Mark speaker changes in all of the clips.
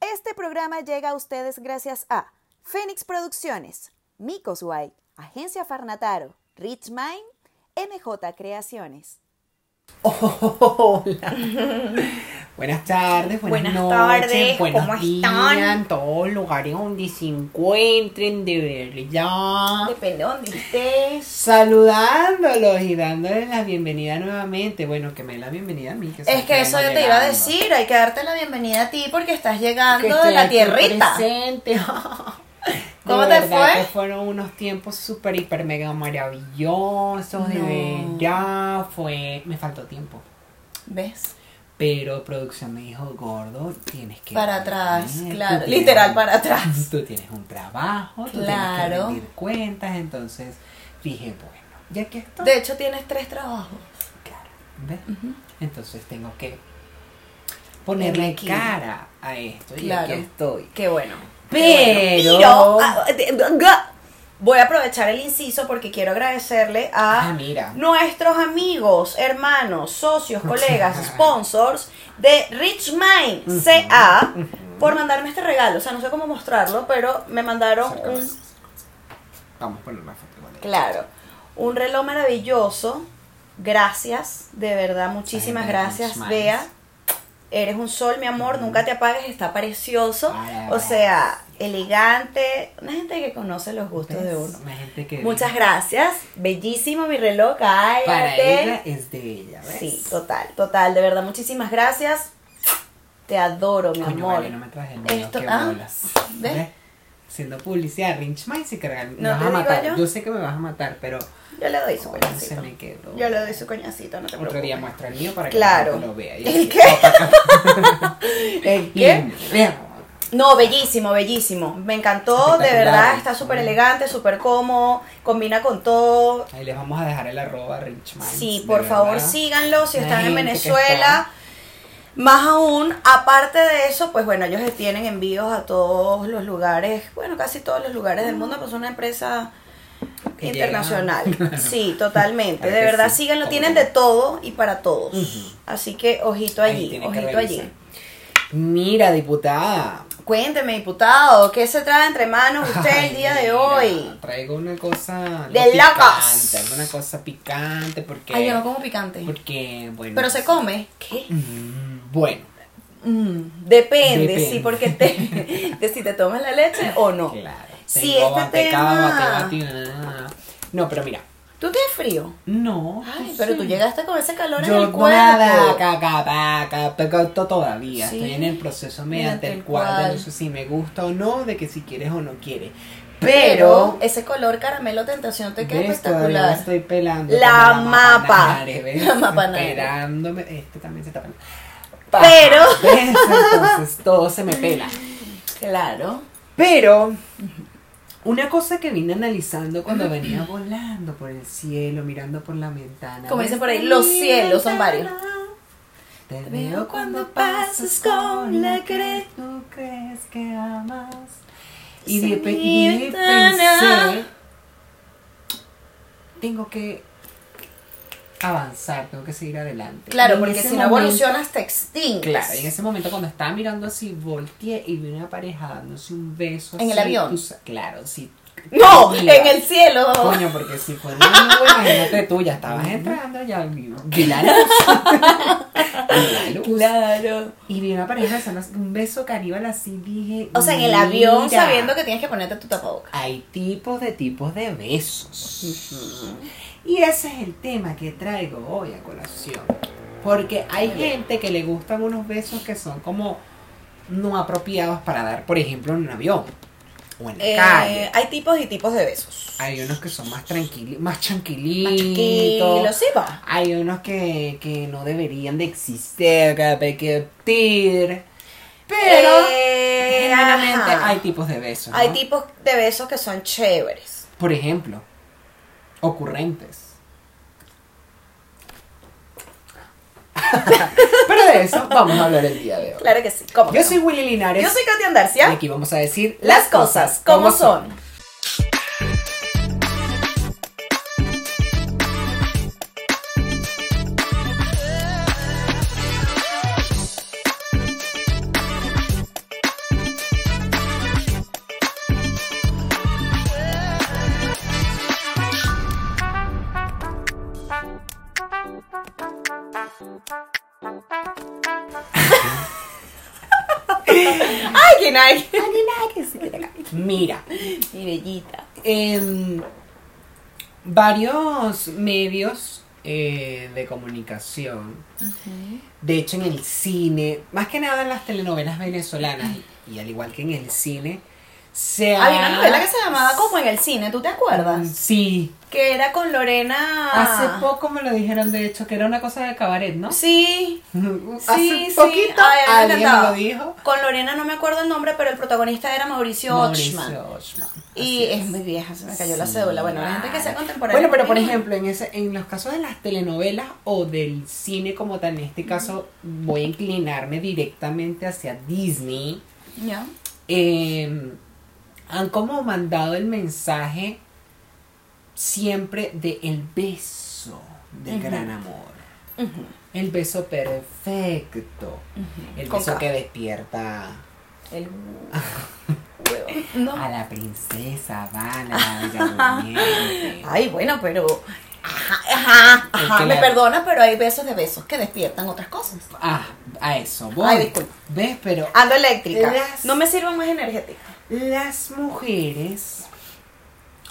Speaker 1: Este programa llega a ustedes gracias a Fénix Producciones, Micos White, Agencia Farnataro, Rich Mind, MJ Creaciones.
Speaker 2: Hola. Buenas tardes, buenas,
Speaker 3: Buenas
Speaker 2: noches,
Speaker 3: tardes,
Speaker 2: buenos
Speaker 3: ¿cómo
Speaker 2: días
Speaker 3: están?
Speaker 2: en todos los lugares donde se encuentren, de verdad.
Speaker 3: Depende de dónde estés.
Speaker 2: Saludándolos y dándoles la bienvenida nuevamente. Bueno, que me dé la bienvenida a mí. soy
Speaker 3: Es que eso yo te iba a
Speaker 2: llegando.
Speaker 3: decir, hay que darte la bienvenida a ti porque estás
Speaker 2: Que
Speaker 3: llegando
Speaker 2: estoy
Speaker 3: de la
Speaker 2: aquí
Speaker 3: tierrita.
Speaker 2: presente. De
Speaker 3: ¿Cómo te
Speaker 2: verdad
Speaker 3: fue?
Speaker 2: que fueron unos tiempos súper, hiper, mega maravillosos.
Speaker 3: No.
Speaker 2: De verdad, fue. Me faltó tiempo.
Speaker 3: ¿Ves?
Speaker 2: Pero producción me dijo, gordo, tienes que...
Speaker 3: Para atrás,
Speaker 2: tú
Speaker 3: claro,
Speaker 2: tienes
Speaker 3: literal,
Speaker 2: un-
Speaker 3: para atrás.
Speaker 2: Tú tienes un trabajo, tú tienes que
Speaker 3: Claro.
Speaker 2: rendir cuentas, entonces dije, bueno, ya que estoy...
Speaker 3: De hecho, tienes tres trabajos.
Speaker 2: Claro, ¿ves? Entonces tengo que ponerle
Speaker 3: Aquí.
Speaker 2: cara a esto y
Speaker 3: Claro.
Speaker 2: aquí estoy.
Speaker 3: Qué bueno.
Speaker 2: Pero...
Speaker 3: Pero, ah, de- ga- Voy a aprovechar el inciso porque quiero agradecerle
Speaker 2: Ah,
Speaker 3: a
Speaker 2: mira.
Speaker 3: nuestros amigos, hermanos, socios, colegas, sponsors de Rich Mind CA por mandarme este regalo. O sea, no sé cómo mostrarlo, pero me mandaron
Speaker 2: Sácalo.
Speaker 3: un,
Speaker 2: Vamos a poner una foto. ¿vale?
Speaker 3: claro, un reloj maravilloso. Gracias, de verdad, muchísimas
Speaker 2: Ay,
Speaker 3: gracias,
Speaker 2: Rich Minds.
Speaker 3: Bea. Eres un sol, mi amor, nunca te apagues, está precioso.
Speaker 2: Ay,
Speaker 3: O sea, elegante, una gente que conoce los gustos de
Speaker 2: ¿Ves?
Speaker 3: uno.
Speaker 2: Hay gente que...
Speaker 3: Muchas gracias, bellísimo mi reloj, cállate.
Speaker 2: Para ella es de ella, ¿ves?
Speaker 3: Sí, total, total, de verdad, muchísimas gracias. Te adoro, mi
Speaker 2: Coño,
Speaker 3: amor.
Speaker 2: vale, no me traje el mío,
Speaker 3: Esto-
Speaker 2: qué
Speaker 3: ah,
Speaker 2: bolas.
Speaker 3: ¿ves?
Speaker 2: ¿Ves? Siendo publicidad, Rinchmine se carga. me
Speaker 3: No
Speaker 2: vas
Speaker 3: te
Speaker 2: a
Speaker 3: digo
Speaker 2: matar.
Speaker 3: yo.
Speaker 2: sé que me vas a matar, pero
Speaker 3: Yo le doy su
Speaker 2: Ay, se
Speaker 3: coñacito.
Speaker 2: Oh, me quedó.
Speaker 3: Yo le doy su coñacito, no te
Speaker 2: Otro día
Speaker 3: preocupes.
Speaker 2: muestra el mío para que la
Speaker 3: Claro.
Speaker 2: gente lo vea. Y
Speaker 3: ¿El
Speaker 2: así,
Speaker 3: qué?
Speaker 2: pa, pa, pa,
Speaker 3: ¿El
Speaker 2: y
Speaker 3: qué?
Speaker 2: vea.
Speaker 3: No, bellísimo, bellísimo. Me encantó, de
Speaker 2: Espectacular.
Speaker 3: verdad, está súper elegante, súper cómodo, combina con todo.
Speaker 2: Ahí les vamos a dejar el arroba Rinchmine.
Speaker 3: Sí, por favor,
Speaker 2: sí.
Speaker 3: síganlo si
Speaker 2: Hay
Speaker 3: están en
Speaker 2: gente que
Speaker 3: Venezuela. Más aún, aparte de eso, pues bueno, ellos tienen envíos a todos los lugares, bueno, casi todos los lugares del mundo, pues es una empresa
Speaker 2: Que llega.
Speaker 3: internacional. Sí, totalmente.
Speaker 2: Claro
Speaker 3: de
Speaker 2: que
Speaker 3: verdad,
Speaker 2: sí,
Speaker 3: síganlo,
Speaker 2: cómo
Speaker 3: tienen
Speaker 2: no.
Speaker 3: de todo y para todos.
Speaker 2: Ujú.
Speaker 3: Así que ojito allí, ojito allí.
Speaker 2: Mira, diputada.
Speaker 3: Cuénteme, diputado, ¿qué se trae entre manos usted
Speaker 2: Ay,
Speaker 3: el día de
Speaker 2: mira,
Speaker 3: hoy?
Speaker 2: Traigo una cosa.
Speaker 3: De
Speaker 2: algo
Speaker 3: locos.
Speaker 2: picante, Una cosa picante porque.
Speaker 3: Ay, yo no como picante.
Speaker 2: Porque, bueno.
Speaker 3: Pero se come. ¿Qué?
Speaker 2: Mm, Bueno,
Speaker 3: Mm, depende,
Speaker 2: Depende.
Speaker 3: sí, porque te, de si te tomas la leche o no.
Speaker 2: claro.
Speaker 3: Sí,
Speaker 2: Tengo
Speaker 3: este
Speaker 2: mantecado,
Speaker 3: tema.
Speaker 2: bate, bate, ah. No, pero mira.
Speaker 3: ¿Tú tienes frío?
Speaker 2: No.
Speaker 3: Ay,
Speaker 2: pues
Speaker 3: pero
Speaker 2: sí.
Speaker 3: tú llegaste con ese calor en
Speaker 2: Yo
Speaker 3: el cuerpo.
Speaker 2: nada, caca, vaca, pero to- todavía.
Speaker 3: Sí.
Speaker 2: Estoy en el proceso
Speaker 3: Mediante
Speaker 2: mediante el
Speaker 3: el
Speaker 2: cual de
Speaker 3: cual.
Speaker 2: no sé si me gusta o no, de que si quieres o no quieres.
Speaker 3: Pero
Speaker 2: Pero.
Speaker 3: ese color caramelo tentación te queda
Speaker 2: ¿Ves? Todavía la
Speaker 3: espectacular.
Speaker 2: estoy pelando.
Speaker 3: La
Speaker 2: como
Speaker 3: mapa.
Speaker 2: Manare, ¿ves?
Speaker 3: La mapa Nare.
Speaker 2: Pelándome. Este también se está pelando.
Speaker 3: Pero-
Speaker 2: ¿Ves? Entonces todo se me pela.
Speaker 3: Claro.
Speaker 2: Pero una cosa que vine analizando cuando venía volando por el cielo, mirando por la ventana.
Speaker 3: Como dicen por ahí,
Speaker 2: Desde
Speaker 3: los
Speaker 2: mi
Speaker 3: cielos son
Speaker 2: ventana,
Speaker 3: varios.
Speaker 2: Te
Speaker 3: veo cuando pasas con la cre-
Speaker 2: Tú crees que amas. Y
Speaker 3: Desde
Speaker 2: de,
Speaker 3: mi
Speaker 2: pe- y de
Speaker 3: ventana.
Speaker 2: pensé, tengo que avanzar, tengo que seguir adelante.
Speaker 3: Claro,
Speaker 2: Y en
Speaker 3: porque
Speaker 2: ese
Speaker 3: si no
Speaker 2: momento-
Speaker 3: evolucionas te extingues.
Speaker 2: Claro, y en ese momento cuando estaba mirando así, volteé y vi una pareja dándose un beso.
Speaker 3: ¿En el
Speaker 2: así,
Speaker 3: avión? Oh.
Speaker 2: tú sa- claro, sí.
Speaker 3: No,
Speaker 2: Mira,
Speaker 3: en el cielo.
Speaker 2: Coño, porque si fue una nube, imagínate tú, ya estabas entrando, ya vi, vi la luz. Vi la luz.
Speaker 3: Claro.
Speaker 2: Y vi una pareja dándose un beso caníbal así, dije.
Speaker 3: O sea, en el avión
Speaker 2: "Mira,
Speaker 3: sabiendo que tienes que ponerte tu tapaboca.
Speaker 2: Hay tipos de tipos de besos. Y ese es el tema que traigo hoy a colación. Porque hay gente que le gustan unos besos que son como no apropiados para dar, por ejemplo, en un avión o en la calle.
Speaker 3: Eh, hay tipos y tipos de besos.
Speaker 2: Hay unos que son más tranquilos, más
Speaker 3: Más
Speaker 2: tranquilitos.
Speaker 3: tranquilos, sí, va.
Speaker 2: Hay unos que, que no deberían de existir, que hay que existir. Pero
Speaker 3: Eh,
Speaker 2: generalmente
Speaker 3: ajá.
Speaker 2: hay tipos de besos.
Speaker 3: Hay
Speaker 2: ¿no?
Speaker 3: tipos de besos que son chéveres.
Speaker 2: Por ejemplo, ocurrentes. Pero de eso vamos a hablar el día de hoy.
Speaker 3: Claro que sí. ¿Cómo
Speaker 2: Yo
Speaker 3: no?
Speaker 2: soy Willy Linares.
Speaker 3: Yo soy Katia
Speaker 2: y
Speaker 3: Andarcia.
Speaker 2: aquí vamos a decir
Speaker 3: Las cosas como son. Aninai.
Speaker 2: Mira,
Speaker 3: Mi bellita.
Speaker 2: em, varios medios eh, de comunicación, de hecho en el cine, más que nada en las telenovelas venezolanas, y al igual que en el cine, se
Speaker 3: Había
Speaker 2: ha-
Speaker 3: una novela que se llamaba como en el cine, ¿tú te acuerdas?
Speaker 2: Sí,
Speaker 3: Que era con Lorena.
Speaker 2: Mm. hace poco me lo dijeron de hecho, que era una cosa de cabaret, ¿no?
Speaker 3: Sí,
Speaker 2: hace
Speaker 3: sí, sí.
Speaker 2: poquito
Speaker 3: Ay, a mí me
Speaker 2: alguien me lo
Speaker 3: encantaba.
Speaker 2: dijo.
Speaker 3: Con Lorena no me acuerdo el nombre, pero el protagonista era Mauricio,
Speaker 2: Mauricio
Speaker 3: Ochman.
Speaker 2: Ochman, así
Speaker 3: Y es muy vieja, se me cayó la
Speaker 2: Sí,
Speaker 3: cédula. Bueno, la
Speaker 2: vale.
Speaker 3: gente que sea contemporánea.
Speaker 2: Bueno, pero por ejemplo, en, ese, en los casos de las telenovelas o del cine como tal, en este caso voy a inclinarme directamente hacia Disney.
Speaker 3: Ya.
Speaker 2: eh, han como mandado el mensaje siempre de el beso del gran amor. El beso perfecto. El
Speaker 3: Con
Speaker 2: beso
Speaker 3: K.
Speaker 2: que despierta
Speaker 3: El huevo. No.
Speaker 2: a la princesa Habana, la bella durmiente.
Speaker 3: Ay, bueno, pero. Ajá, ajá, ajá.
Speaker 2: Es que
Speaker 3: Me
Speaker 2: la-
Speaker 3: perdonas, pero hay besos de besos que despiertan otras cosas.
Speaker 2: Ah, a eso voy.
Speaker 3: Ay, disculpa.
Speaker 2: ¿Ves? Pero
Speaker 3: Ando eléctrica.
Speaker 2: Las-
Speaker 3: No me sirvan más energética.
Speaker 2: las mujeres,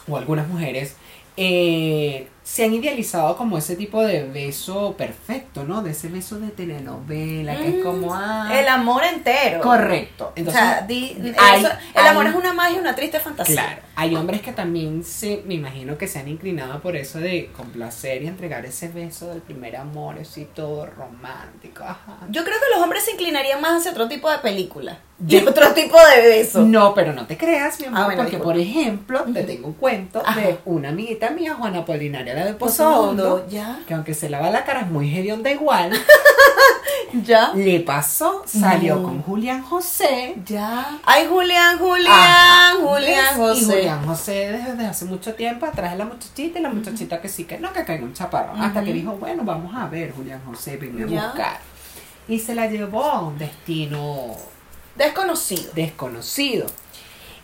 Speaker 2: o algunas mujeres, eh, se han idealizado como ese tipo de beso perfecto, ¿no? De ese beso de telenovela, que es como... Ah,
Speaker 3: Mm, El amor entero.
Speaker 2: correcto. Entonces,
Speaker 3: o sea, di-
Speaker 2: hay-
Speaker 3: eso- el amor
Speaker 2: hay-
Speaker 3: es una magia, una triste fantasía.
Speaker 2: Claro, hay hombres que también se, me imagino que se han inclinado por eso de complacer y entregar ese beso del primer amor, así todo romántico. Ajá.
Speaker 3: Yo creo que los hombres se inclinarían más hacia otro tipo de película.
Speaker 2: Yo-
Speaker 3: Y otro tipo de beso.
Speaker 2: No, pero no te creas, mi amor,
Speaker 3: Ah, bueno,
Speaker 2: porque
Speaker 3: disculpa.
Speaker 2: por ejemplo, te tengo un cuento
Speaker 3: Ajá.
Speaker 2: de una amiguita mía, Juana Polinaria, la de
Speaker 3: Pozondo,
Speaker 2: Pozondo,
Speaker 3: ya.
Speaker 2: que aunque se lava la cara es muy hedionda igual,
Speaker 3: Ya.
Speaker 2: le pasó, salió
Speaker 3: No.
Speaker 2: con Julián José.
Speaker 3: Ya. Ay, Julián, Julián,
Speaker 2: Ajá,
Speaker 3: Julián,
Speaker 2: ¿ves? Y
Speaker 3: José.
Speaker 2: Julián José desde hace mucho tiempo atrás de la muchachita y la muchachita que sí que no, que caiga un chaparrón. Hasta que dijo, bueno, vamos a ver, Julián José, venme a
Speaker 3: Ya.
Speaker 2: buscar. Y se la llevó a un destino
Speaker 3: Desconocido.
Speaker 2: desconocido.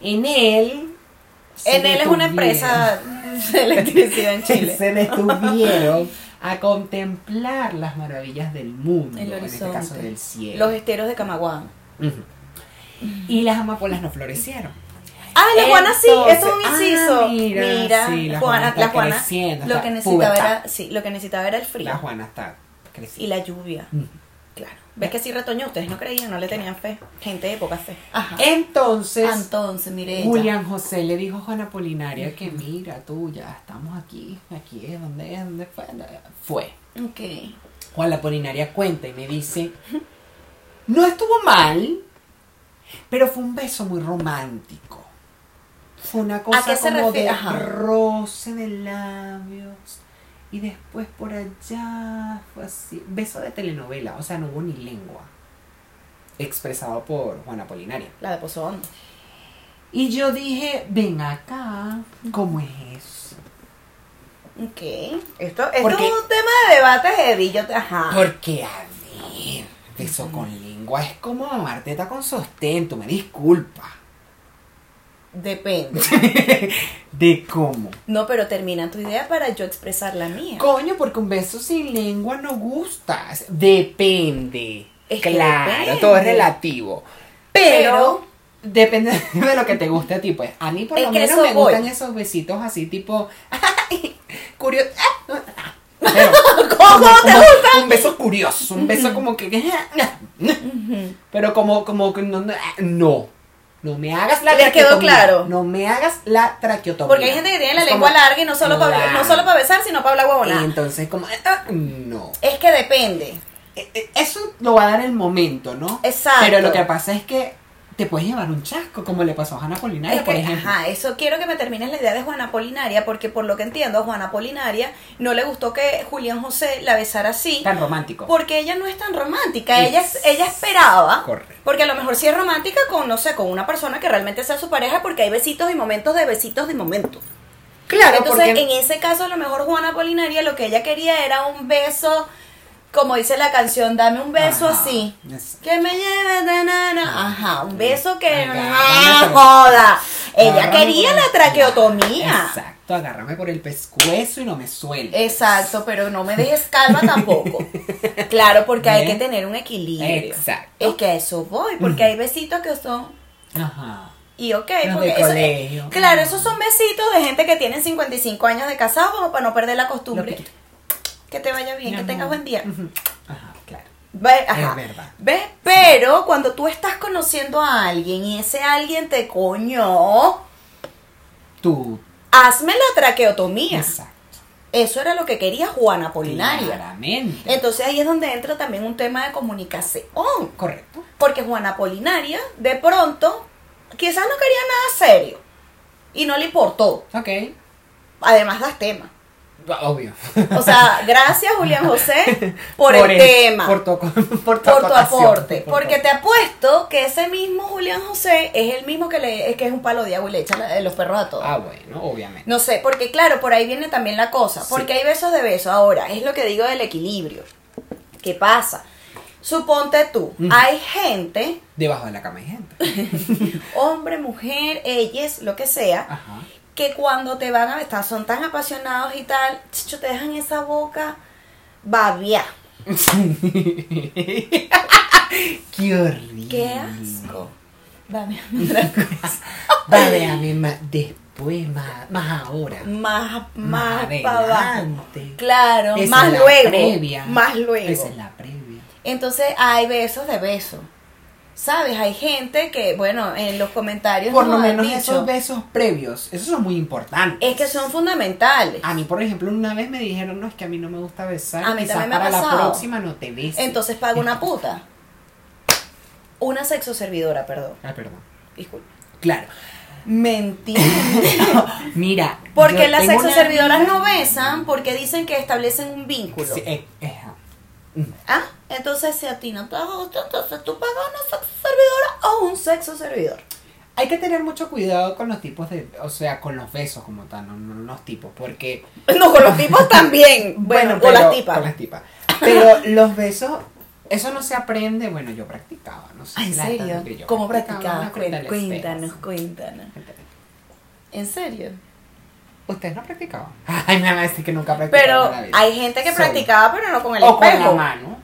Speaker 2: En él. se
Speaker 3: en él es una
Speaker 2: detuvieron-
Speaker 3: empresa de electricidad en Chile.
Speaker 2: Se detuvieron a contemplar las maravillas del mundo,
Speaker 3: El
Speaker 2: en este
Speaker 3: horizonte.
Speaker 2: caso del cielo.
Speaker 3: Los esteros de Camaguán.
Speaker 2: Ujú. Y las amapolas no florecieron.
Speaker 3: Ah, la Juana sí,
Speaker 2: Entonces,
Speaker 3: esto es un
Speaker 2: ah,
Speaker 3: inciso.
Speaker 2: mira, sí, la Juana está
Speaker 3: la Juana
Speaker 2: creciendo,
Speaker 3: lo
Speaker 2: está
Speaker 3: que necesitaba
Speaker 2: pubertad.
Speaker 3: era, sí, lo que necesitaba era el frío
Speaker 2: La Mm. Juana está creciendo.
Speaker 3: y la lluvia. Claro. ¿Ves que sí retoñó? Ustedes no creían, no le tenían fe. Gente de poca fe. Ajá.
Speaker 2: Entonces,
Speaker 3: Entonces, mire.
Speaker 2: Julián José le dijo a Juana Polinaria que mira, tú ya estamos aquí, aquí es donde es, donde fue. Fue.
Speaker 3: Ok.
Speaker 2: Juana Polinaria cuenta y me dice, no estuvo mal, pero fue un beso muy romántico. Fue una cosa
Speaker 3: qué se
Speaker 2: como
Speaker 3: refiere?
Speaker 2: de
Speaker 3: Ajá.
Speaker 2: roce de labios y después por allá fue así, beso de telenovela, o sea, no hubo ni lengua. Expresado por Juana Polinaria.
Speaker 3: La de Pozondo.
Speaker 2: Y yo dije, ven acá, ¿cómo es eso?
Speaker 3: Ok. Esto, esto
Speaker 2: Porque-
Speaker 3: es un tema de debate heavy. Yo te- ajá.
Speaker 2: Porque, a ver, beso con lengua es como mamar teta con sostento, me disculpa.
Speaker 3: Depende.
Speaker 2: De cómo.
Speaker 3: No, pero termina tu idea para yo expresar la mía.
Speaker 2: Coño, porque un beso sin lengua no gusta. Depende.
Speaker 3: Es que
Speaker 2: claro,
Speaker 3: depende.
Speaker 2: todo es relativo. Pero, depende de lo que te guste a ti, pues. A mí por
Speaker 3: Es
Speaker 2: lo
Speaker 3: que
Speaker 2: menos
Speaker 3: eso
Speaker 2: me
Speaker 3: voy.
Speaker 2: gustan esos besitos así tipo curioso. ah. Pero,
Speaker 3: ¿Cómo te
Speaker 2: gusta? Un beso curioso, un beso como que pero como como que no no, no. No me hagas la
Speaker 3: Les quedó
Speaker 2: traqueotomía.
Speaker 3: claro.
Speaker 2: No me hagas la traqueotomía.
Speaker 3: Porque hay gente que tiene la
Speaker 2: Pues Es
Speaker 3: lengua
Speaker 2: como-
Speaker 3: larga y no solo para
Speaker 2: Claro.
Speaker 3: no solo para besar, sino para hablar
Speaker 2: Y
Speaker 3: huevonada.
Speaker 2: entonces como ah, no.
Speaker 3: Es que depende.
Speaker 2: Eh, eh, Eso lo va a dar el momento, ¿no?
Speaker 3: Exacto.
Speaker 2: Pero lo que pasa es que te puedes llevar un chasco, como le pasó a Hannah Polinaria,
Speaker 3: Es que,
Speaker 2: por ejemplo.
Speaker 3: ajá, eso quiero que me termines la idea de Juana Polinaria, porque por lo que entiendo, a Juana Polinaria no le gustó que Julián José la besara así,
Speaker 2: Tan romántico.
Speaker 3: porque ella no es tan romántica, ella, ella esperaba,
Speaker 2: Correcto.
Speaker 3: porque a lo mejor sí es romántica con, no sé, con una persona que realmente sea su pareja, porque hay besitos y momentos de besitos de momentos.
Speaker 2: Claro,
Speaker 3: Entonces,
Speaker 2: porque-
Speaker 3: en ese caso, a lo mejor Juana Polinaria lo que ella quería era un beso, como dice la canción, dame un beso
Speaker 2: Ajá,
Speaker 3: así.
Speaker 2: es-
Speaker 3: Que me lleve de nana. Ajá,
Speaker 2: Mm.
Speaker 3: un beso que no
Speaker 2: Agárrame por-
Speaker 3: joda. Ella
Speaker 2: Agárrame
Speaker 3: quería
Speaker 2: por
Speaker 3: la
Speaker 2: el-
Speaker 3: traqueotomía. Exacto.
Speaker 2: Exacto, agárrame por el pescuezo y no me suelte.
Speaker 3: pero no me dejes calva tampoco. Claro, porque hay que
Speaker 2: Bien.
Speaker 3: tener un equilibrio.
Speaker 2: Exacto.
Speaker 3: Es que a eso voy, porque hay besitos que son
Speaker 2: Ajá.
Speaker 3: Y ok,
Speaker 2: Los
Speaker 3: porque
Speaker 2: de
Speaker 3: eso- eh,
Speaker 2: colegio.
Speaker 3: claro, esos son besitos de gente que tienen 55 años de casados como para no perder la costumbre.
Speaker 2: Loquito.
Speaker 3: Que te vaya bien,
Speaker 2: Mi
Speaker 3: que
Speaker 2: amor.
Speaker 3: tengas buen día.
Speaker 2: Ujú. Ajá, claro.
Speaker 3: Ve- ajá.
Speaker 2: verdad.
Speaker 3: ¿Ves? Pero cuando tú estás conociendo a alguien y ese alguien te coñó,
Speaker 2: Tú.
Speaker 3: hazme la traqueotomía.
Speaker 2: Exacto.
Speaker 3: Eso era lo que quería Juana Polinaria.
Speaker 2: Claramente.
Speaker 3: Entonces ahí es donde entra también un tema de comunicación.
Speaker 2: Correcto.
Speaker 3: Porque Juana Polinaria, de pronto, quizás no quería nada serio. Y no le importó.
Speaker 2: Ok.
Speaker 3: Además, das temas.
Speaker 2: Obvio.
Speaker 3: O sea, gracias Julián José por, el, tema,
Speaker 2: Por
Speaker 3: por,
Speaker 2: tu, por tu
Speaker 3: tu
Speaker 2: acotación,
Speaker 3: aporte.
Speaker 2: por
Speaker 3: porque
Speaker 2: tu-
Speaker 3: te apuesto que ese mismo Julián José es el mismo que, le, que es un palo de agua y le echa la- eh, los perros a todos.
Speaker 2: Ah, bueno, obviamente.
Speaker 3: No sé, porque claro, por ahí viene también la cosa. Porque hay besos de beso. Ahora, es lo que digo del equilibrio. ¿Qué pasa? Suponte tú,
Speaker 2: Ujú.
Speaker 3: hay gente,
Speaker 2: Debajo de la cama hay gente.
Speaker 3: hombre, mujer, ellas, lo que sea,
Speaker 2: Ajá.
Speaker 3: que cuando te van a besar son tan apasionados y tal, chicho, te dejan esa boca babia.
Speaker 2: Qué horrible.
Speaker 3: Qué asco. Babia.
Speaker 2: Vale, a mí más después, más, más ahora.
Speaker 3: más más
Speaker 2: Más
Speaker 3: para abajo.
Speaker 2: adelante.
Speaker 3: Claro,
Speaker 2: Esa
Speaker 3: más
Speaker 2: es la
Speaker 3: luego.
Speaker 2: previa.
Speaker 3: Más luego.
Speaker 2: Esa es la previa.
Speaker 3: Entonces hay besos de beso. ¿Sabes? Hay gente que, bueno, en los comentarios
Speaker 2: Por
Speaker 3: nos
Speaker 2: lo
Speaker 3: han
Speaker 2: menos
Speaker 3: dicho,
Speaker 2: esos besos previos, esos son muy importantes.
Speaker 3: es que son fundamentales.
Speaker 2: A mí, por ejemplo, una vez me dijeron, no, es que a mí no me gusta besar.
Speaker 3: A mí
Speaker 2: quizás
Speaker 3: también me ha
Speaker 2: para la
Speaker 3: pasado.
Speaker 2: próxima no te beses.
Speaker 3: Entonces paga una puta. Una sexo servidora, perdón.
Speaker 2: Ah, perdón.
Speaker 3: Disculpa.
Speaker 2: Claro.
Speaker 3: Mentira.
Speaker 2: Mira.
Speaker 3: Porque
Speaker 2: Ah. yo
Speaker 3: las
Speaker 2: tengo una
Speaker 3: sexoservidoras
Speaker 2: amiga-
Speaker 3: no besan porque dicen que establecen un vínculo.
Speaker 2: Sí, eh, eh, ajá.
Speaker 3: Ah, entonces si a ti no te gusta, entonces tú pagas una sexoservidora o un sexo servidor.
Speaker 2: Hay que tener mucho cuidado con los tipos de, o sea, con los besos como tal, no, no los tipos, porque
Speaker 3: No, con los tipos también. Bueno, con
Speaker 2: pero-
Speaker 3: las tipas.
Speaker 2: con las tipas. Pero los besos, eso no se aprende, bueno, yo practicaba, no sé.
Speaker 3: Ay, ¿En
Speaker 2: la-
Speaker 3: serio?
Speaker 2: que yo
Speaker 3: ¿Cómo
Speaker 2: practicaba,
Speaker 3: practicabas? Cuen-
Speaker 2: cuéntales,
Speaker 3: Cuéntanos,
Speaker 2: temas.
Speaker 3: cuéntanos. ¿En serio?
Speaker 2: Ustedes no practicaban. Ay, me van a decir que nunca practicaban.
Speaker 3: Pero
Speaker 2: en la vida.
Speaker 3: hay gente que
Speaker 2: Solo.
Speaker 3: practicaba, pero no con el
Speaker 2: O con la
Speaker 3: espejo.
Speaker 2: mano.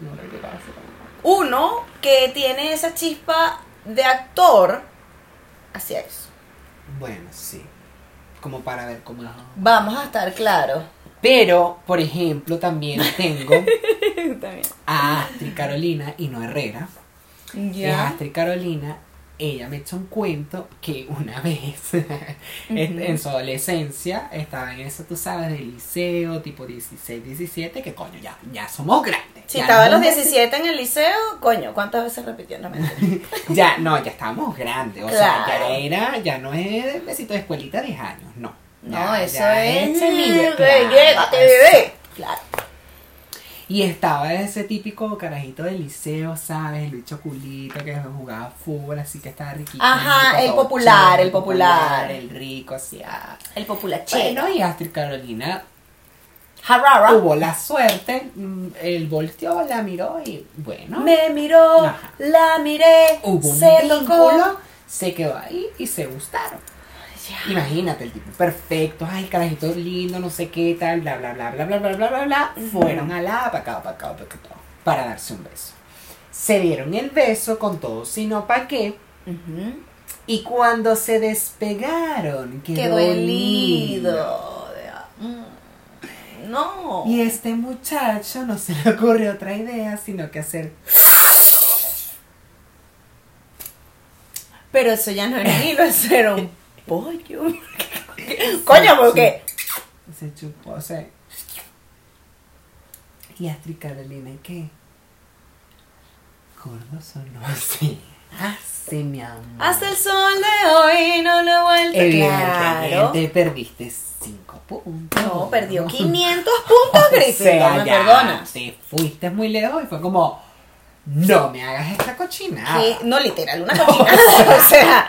Speaker 2: No practicaba así con la mano.
Speaker 3: Uno que tiene esa chispa de actor, hacía eso.
Speaker 2: Bueno, sí. Como para ver cómo es.
Speaker 3: Vamos a estar claros.
Speaker 2: Pero, por ejemplo, también tengo
Speaker 3: También.
Speaker 2: a Astrid Carolina y no Herrera. que es
Speaker 3: Ya.
Speaker 2: Astrid Carolina, ella me echó un cuento que una vez, este, en su adolescencia, estaba en eso, tú sabes, del liceo, tipo 16, 17, que coño, ya, ya somos grandes.
Speaker 3: Si
Speaker 2: ya
Speaker 3: estaba a
Speaker 2: no
Speaker 3: los
Speaker 2: nos-
Speaker 3: 17 en el liceo, coño, ¿cuántas veces repitió? No, mentira.
Speaker 2: Ya, no, ya estábamos grandes, o sea,
Speaker 3: Claro.
Speaker 2: ya era, ya no es besito de escuelita 10 años, no.
Speaker 3: No,
Speaker 2: Ya-
Speaker 3: eso
Speaker 2: ya
Speaker 3: es.
Speaker 2: semilla,
Speaker 3: Ve,
Speaker 2: claro,
Speaker 3: Llégate,
Speaker 2: exacto.
Speaker 3: bebé. Claro.
Speaker 2: Y estaba ese típico carajito del liceo, ¿sabes? El bicho culito que jugaba fútbol, así que estaba riquito.
Speaker 3: Ajá, el
Speaker 2: todo
Speaker 3: popular,
Speaker 2: chévere,
Speaker 3: el popular.
Speaker 2: El rico, así. ah.
Speaker 3: El populachero.
Speaker 2: Bueno, y Astrid Carolina
Speaker 3: Harara.
Speaker 2: tuvo la suerte, mm, él volteó, la miró y bueno,
Speaker 3: Me miró,
Speaker 2: Ajá.
Speaker 3: la miré,
Speaker 2: hubo un
Speaker 3: se
Speaker 2: vínculo,
Speaker 3: tocó.
Speaker 2: se quedó ahí y se gustaron. Imagínate, el tipo perfecto, ay, carajito lindo, no sé qué tal, bla, bla, bla, bla, bla, bla, bla, bla, bla. Fueron a la, para acá, para acá, para acá, para darse un beso. Se dieron el beso con todo, sino para qué.
Speaker 3: Ujú.
Speaker 2: Y cuando se despegaron,
Speaker 3: Qué
Speaker 2: quedó, lindo.
Speaker 3: dolido. Mm. No.
Speaker 2: Y este muchacho no se le ocurre otra idea, sino que hacer
Speaker 3: Pero eso ya no era un hilo, eso era un pollo. Coño, porque.
Speaker 2: Se chupó, o sea. Y Astrid Carolina, ¿qué? Gordos o no así. Así, Ah, mi amor.
Speaker 3: Hasta el sol de hoy no lo he vuelto. Claro.
Speaker 2: Evidentemente perdiste 5 puntos.
Speaker 3: No, perdió 500 puntos,
Speaker 2: O
Speaker 3: Griffin.
Speaker 2: sea,
Speaker 3: no me
Speaker 2: ya
Speaker 3: perdonas.
Speaker 2: Te fuiste muy lejos y fue como. No me hagas esta cochinada.
Speaker 3: Que- no, literal, una cochinada. o sea,